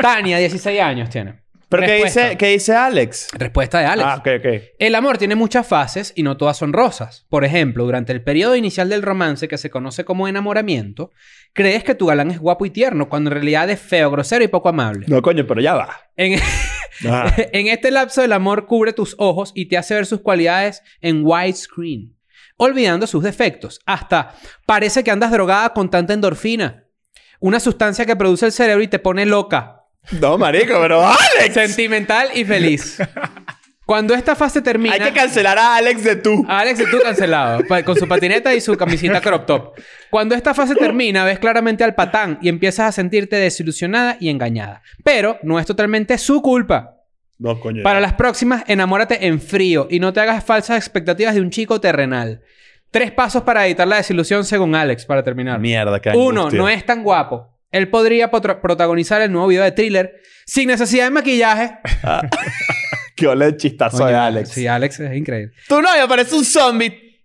Tania, 16 años tiene.
¿Pero qué
Respuesta.
dice, qué dice Alex?
Respuesta de Alex.
Ah, ok, ok.
El amor tiene muchas fases y no todas son rosas. Por ejemplo, durante el periodo inicial del romance que se conoce como enamoramiento, crees que tu galán es guapo y tierno, cuando en realidad es feo, grosero y poco amable.
No, coño, pero ya va. Ah.
En, e-
Ajá.
[LAUGHS] en este lapso el amor cubre tus ojos y te hace ver sus cualidades en widescreen, olvidando sus defectos. Hasta parece que andas drogada con tanta endorfina, una sustancia que produce el cerebro y te pone loca.
No, marico, pero Alex.
Sentimental y feliz. Cuando esta fase termina...
Hay que cancelar a Alex de tú.
Alex, tú cancelado. pa- Con su patineta y su camisita crop top. Cuando esta fase termina, ves claramente al patán y empiezas a sentirte desilusionada y engañada. Pero no es totalmente su culpa.
No, coño.
Para las próximas, enamórate en frío y no te hagas falsas expectativas de un chico terrenal. Tres pasos para evitar la desilusión según Alex, para terminar.
Mierda, que
Uno, no es tan guapo. Él podría potro- protagonizar el nuevo video de thriller sin necesidad de maquillaje.
Que ole el chistazo de
Coño,
Alex.
Sí, Alex es increíble.
Tu novio parece un
[LAUGHS]
zombie.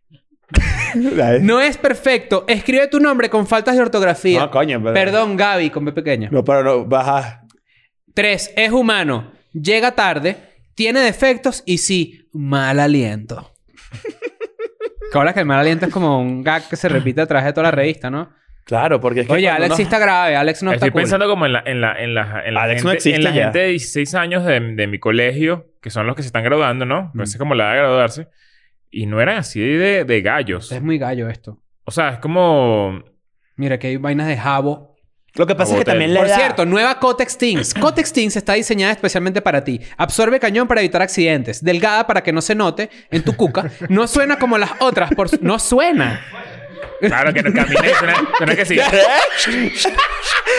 no,
No es perfecto. Escribe tu nombre con faltas de ortografía.
coño, pero...
Perdón, Gaby, con B pequeña.
No, pero no, baja.
Tres, es humano. Llega tarde, tiene defectos y sí,
[LAUGHS]
mal aliento. Que Ahora que el mal aliento es como un gag que se repite a través de toda la revista, ¿no?
Claro, porque es que...
Oye,
cuando
Alex
uno-
sí está grave, Alex no
Estoy
está cool.
pensando como en la, en la, en la, en la
Alex no
gente,
existe
en la
ya.
gente de 16 años de, de mi colegio, que son los que se están graduando, ¿no?
Mm.
Esa es como la edad de graduarse. Y no eran así de, de gallos.
Es muy gallo esto.
O sea, es como...
Mira que hay vainas de jabo.
Lo que pasa es que
Agotel.
también le
Por
da-
cierto, nueva Cotex [CLEARS THROAT] Teens. Cotex Teens está diseñada especialmente para ti. Absorbe cañón para evitar accidentes. Delgada para que no se note en tu cuca. No suena como las otras. Por... su- No suena. [LAUGHS]
Claro, que no caminé. Suena, suena
[LAUGHS]
que sí.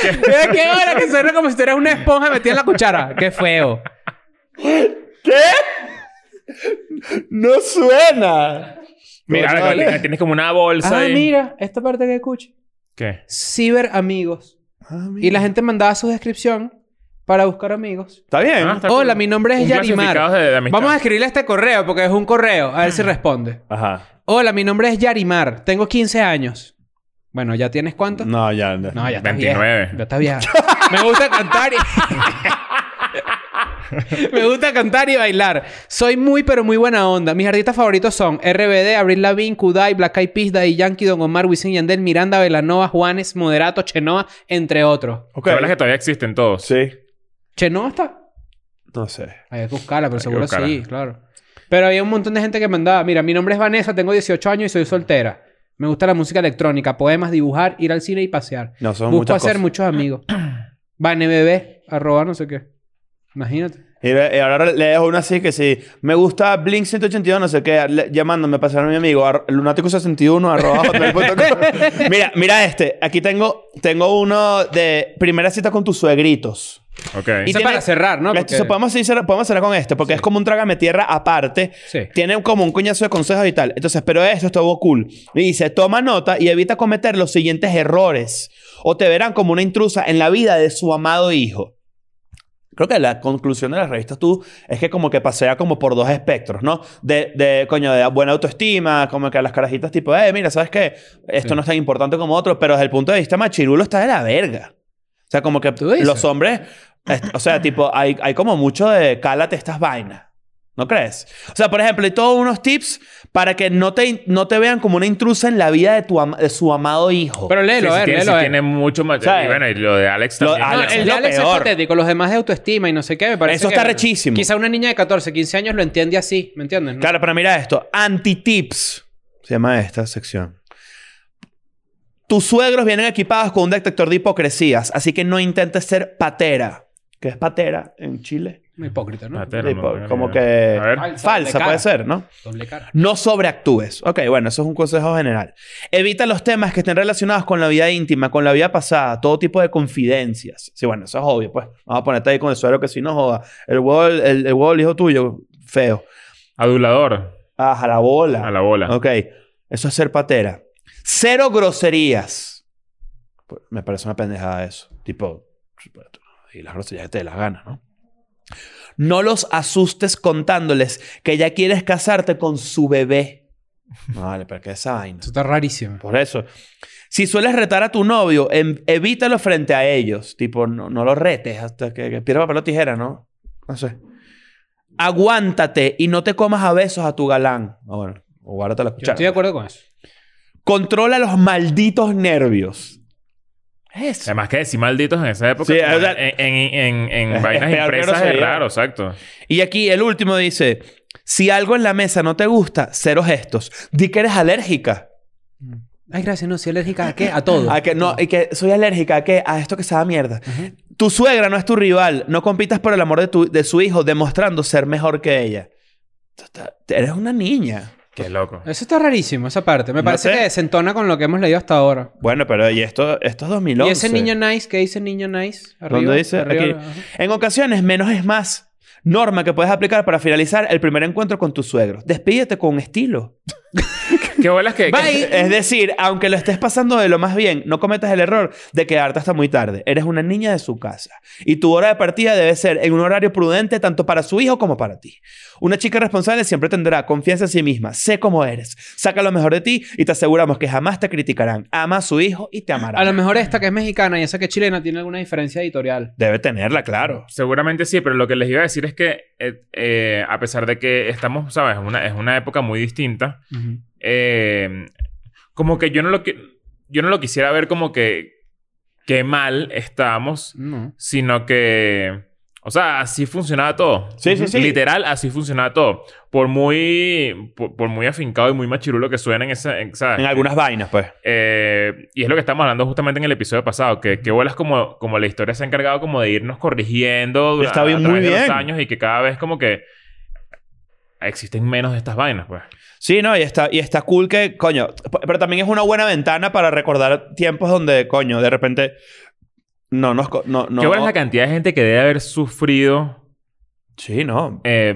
Mira qué hora que suena como si tuvieras una esponja metida en la cuchara. Qué feo.
¿Qué? No suena.
Mira,
No,
ahora que
vale.
la- tienes como una bolsa
Ah,
ahí.
mira, esta parte que escucha.
¿Qué?
Ciber amigos.
Ah, mira.
Y la gente mandaba su descripción para buscar amigos.
Está bien.
Ah, está
Hola,
cool.
mi nombre es
Un
Yarimar.
clasificado de- de amistad.
Vamos a escribirle este correo porque es un correo. A ver si responde.
Ajá.
Hola, mi nombre es Yarimar. Tengo 15 años. Bueno, ¿ya tienes cuánto?
No, ya. No,
No, ya estás
29.
vieja. Ya estás vieja. Me gusta cantar y... Me gusta cantar y bailar. Soy muy, pero muy buena onda. Mis artistas favoritos son RBD, Abril Lavigne, Kudai, Black Eyed Peas, Daddy Yankee, Don Omar, Wisin Yandel, Miranda, Velanova, Juanes, Moderato, Chenoa, entre otros.
Ok.
Que hablas que todavía existen todos.
Sí.
¿Chenoa está?
No sé.
Hay que buscarla, pero
Hay que
seguro
buscarla.
sí, claro. Pero había un montón de gente que mandaba, mira, mi nombre es Vanessa, tengo 18 años y soy soltera. Me gusta la música electrónica, poemas, dibujar, ir al cine y pasear.
No, son
Busco
muchas
hacer
cosas.
muchos amigos. Vane bebé, arroba no sé qué. Imagínate.
Y, le- y ahora le dejo una así que si me gusta Blink 182, no sé qué, le- llamándome, pasaron a mi amigo, ar- lunático61,
[LAUGHS]
arroba hotmail.com. Mira, mira este. Aquí tengo, tengo uno de primera cita con tus suegritos.
Ok.
Y
Eso es
tiene- este,
para cerrar, ¿no?
Esto,
Porque-
se- podemos, sí cerrar- podemos cerrar con este, porque es como un trágame tierra aparte.
Sí.
Tiene como un coñazo de consejos y tal. Entonces, pero esto estuvo cool. Y dice, toma nota y evita cometer los siguientes errores. O te verán como una intrusa en la vida de su amado hijo. Creo que la conclusión de las revistas tú es que como que pasea como por dos espectros, ¿no? De, de coño, de buena autoestima, como que a las carajitas tipo, eh, mira, ¿sabes qué? Esto
Sí.
no es tan importante como otro, pero desde el punto de vista machirulo está de la verga. O sea, como que
¿Tú dices?
los hombres, est- o sea, tipo, hay, hay como mucho de cálate estas vainas. ¿No crees? O sea, por ejemplo, hay todos unos tips para que no te, no te vean como una intrusa en la vida de, tu ama- de su amado hijo.
Pero léelo,
Sí, sí
a ver,
tiene, sí
léelo. a ver.
tiene mucho más.
¿Sabes?
Y bueno, y lo de Alex
Lo-
también.
No,
Alex,
el
es
de
lo
Alex
peor.
es patético, los demás de autoestima y no sé qué, me parece.
Eso
que,
está
bueno,
rechísimo.
Quizá una niña de 14, 15 años lo entiende así, ¿me entiendes? no?
Claro, pero mira esto. Anti-tips. Se llama esta sección. Tus suegros vienen equipados con un detector de hipocresías, así que no intentes ser patera. ¿Qué es patera en Chile?
Muy hipócrita, ¿no?
Patero,
tipo,
no,
como
no.
que-
A ver.
Falsa,
Falsa,
de
puede
cara.
ser, ¿no?
Doble cara.
No sobreactúes. Ok, bueno, eso es un consejo general. Evita los temas que estén relacionados con la vida íntima, con la vida pasada, todo tipo de confidencias. Sí, bueno, eso es obvio, pues. Vamos a ponerte ahí con el suero que si no joda. El huevo, el, el huevo del hijo tuyo, feo.
Adulador.
Ah, a la bola.
A la bola.
Ok. Eso es ser patera. Cero groserías. Pues, Me parece una pendejada eso. Tipo, y las groserías que te las ganas, ¿no? No los asustes contándoles que ya quieres casarte con su bebé. No, Vale, pero qué esa vaina.
Eso está rarísimo.
Por eso. Si sueles retar a tu novio, em- evítalo frente a ellos. Tipo, no, no lo retes hasta que, que pierda papel o tijera, ¿no? No sé. Aguántate y no te comas a besos a tu galán. Ah, bueno, o guárdate la
Yo
cuchara.
estoy de acuerdo con eso.
Controla los malditos nervios. Eso.
Además que decir malditos en esa época.
Sí,
como
o sea,
en, en, en, en
es-
vainas
es peor que
impresas es
grosería.
raro, exacto.
Y aquí el último dice: Si algo en la mesa no te gusta, cero gestos. Di que eres alérgica.
Ay, gracias, no, soy alérgica a qué? A todo.
A Ah, que no, y que soy alérgica a que a esto que sabe a mierda.
Ajá.
Tu suegra no es tu rival. No compitas por el amor de, tu, de su hijo, demostrando ser mejor que ella. Tú está- Eres una niña.
Qué loco.
Eso está rarísimo, esa parte. Me
No
parece
sé.
que se entona con lo que hemos leído hasta ahora.
Bueno, pero y esto, esto es 2011.
Y ese niño nice, ¿qué dice niño nice?
¿Dónde dice? Aquí.
ajá.
En ocasiones, menos es más. Norma que puedes aplicar para finalizar el primer encuentro con tu suegro. Despídete con estilo.
Qué bolas que. que-
Es decir, aunque lo estés pasando de lo más bien, no cometas el error de quedarte hasta muy tarde. Eres una niña de su casa. Y tu hora de partida debe ser en un horario prudente tanto para su hijo como para ti. Una chica responsable siempre tendrá confianza en sí misma. Sé cómo eres. Saca lo mejor de ti y te aseguramos que jamás te criticarán. Ama a su hijo y te amará.
A lo mejor esta que es mexicana y esa que es chilena tiene alguna diferencia editorial.
Debe tenerla, claro.
Seguramente sí, pero lo que les iba a decir es que, eh, eh, a pesar de que estamos, ¿sabes? Una, es una época muy distinta. eh, como que yo no lo que yo no lo quisiera ver como que qué mal estábamos,
No.
sino que o sea, así funcionaba todo.
Sí, sí, sí.
Literal, así funcionaba todo. Por muy por, por muy afincado y muy machirulo que suena en esa en, ¿sabes?
En algunas vainas, pues.
Eh, y es lo que estamos hablando justamente en el episodio pasado, que, que bolas como, como la historia se ha encargado como de irnos corrigiendo dura-
Está bien,
a través
muy
de
bien.
los años y que cada vez como que existen menos de estas vainas, pues.
Sí, no, y está, y está cool que, coño, p- pero también es una buena ventana para recordar tiempos donde, coño, de repente no nos... co- No, no,
Qué bolas la cantidad de gente que debe haber sufrido
Sí, no.
eh,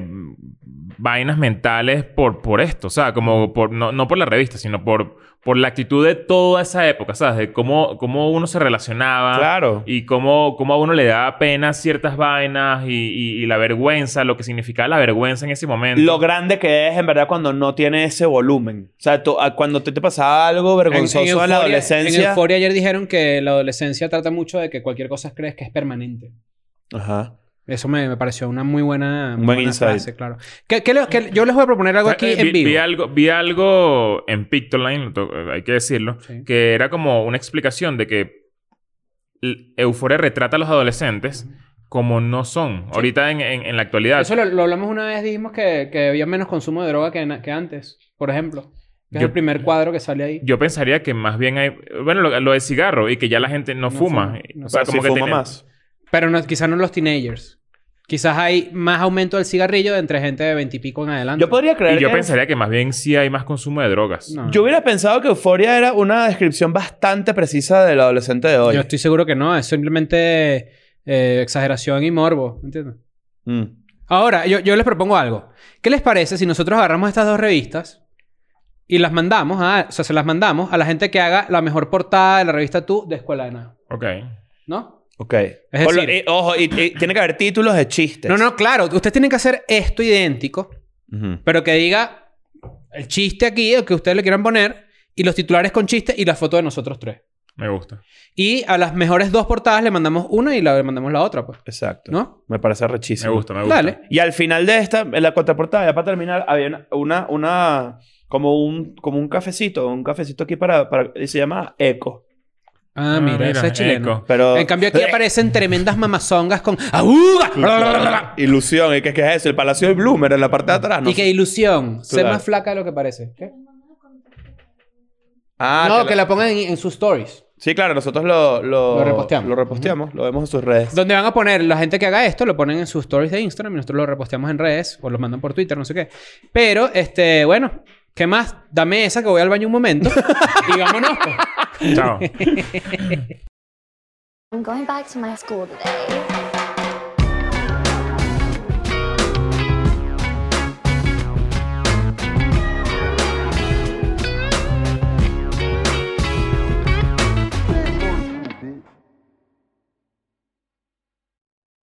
vainas mentales por, por esto, o sea, como por, no, no por la revista, sino por, por la actitud de toda esa época, ¿sabes? De cómo, cómo uno se relacionaba.
Claro.
Ah, Y cómo, cómo a uno le daba pena ciertas vainas y, y- y la vergüenza, lo que significaba la vergüenza en ese momento.
Lo grande que es, en verdad, cuando no tiene ese volumen. O sea, tú- a- cuando te, te pasaba algo vergonzoso en, la
Euphoria- En
adolescencia...
Euforia ayer dijeron que la adolescencia trata mucho de que cualquier cosa crees que es permanente.
Ajá.
Eso me, me pareció una muy buena,
Un buen
buena
insight.
frase, claro. ¿Qué- qué le- qué- yo les voy a proponer algo aquí
Eh, vi,
en vivo.
vi algo, vi algo en Pictoline, lo to- eh, hay que decirlo,
Sí.
que era como una explicación de que l- Euforia retrata a los adolescentes como no son. Ahorita en, en- en la actualidad.
Eso lo, lo hablamos una vez, dijimos que, que había menos consumo de droga que, na- que antes, por ejemplo. Que es
Yo-
el primer cuadro que sale ahí.
Yo pensaría que más bien hay... Bueno, lo, lo de cigarro y que ya la gente no,
No
fuma.
fuma, no
O
O sea,
sea, como
sí
que
pues, fuma
tiene-
más.
Pero no, quizás no los teenagers. Quizás hay más aumento del cigarrillo entre gente de veintipico en adelante.
Yo podría creer
Y yo
que...
pensaría que más bien sí hay más consumo de drogas.
No.
Yo hubiera pensado que Euforia era una descripción bastante precisa del adolescente de hoy.
Yo estoy seguro que no. Es simplemente eh, exageración y morbo. ¿me ¿Entiendes?
Mm.
Ahora, yo, yo les propongo algo. ¿Qué les parece si nosotros agarramos estas dos revistas y las mandamos a... O sea, se las mandamos a la gente que haga la mejor portada de la revista Tú de Escuela de Nada.
Ok.
¿No?
Ok.
Es
O lo-
decir-
y- ojo, y, y tiene que haber títulos de chistes.
No, no, claro. Ustedes tienen que hacer esto idéntico,
Ujú.
pero que diga el chiste aquí, el que ustedes le quieran poner, y los titulares con chiste y la foto de nosotros tres.
Me gusta.
Y a las mejores dos portadas le mandamos una y la- le mandamos la otra, pues.
Exacto.
¿No?
Me parece
Me
rechísimo.
gusta, me gusta.
Dale.
Y al final de esta, en la contraportada, ya para terminar, había una, una, una- como un, como un cafecito, un cafecito aquí para, para y se llama Eco.
Ah, mira, ese es chileno.
eco.
Pero Eh,
En cambio, aquí aparecen tremendas mamazongas con ¡Auga!
ilusión, ¿y qué, qué es eso? El Palacio del Bloomer en la parte de atrás, ¿no?
Y que ilusión. Sé
Claro.
más flaca de lo que parece. ¿Qué?
Ah,
no, que,
la-
la pongan en, en sus stories.
Sí, claro, nosotros lo, lo,
Lo reposteamos.
Lo reposteamos, lo vemos en sus redes.
Donde van a poner, la gente que haga esto, lo ponen en sus stories de Instagram y nosotros lo reposteamos en redes o lo mandan por Twitter, no sé qué. Pero, este, bueno, ¿qué más? Dame esa que voy al baño un momento y vámonos. pues.
Chao.
I'm going back to my school today.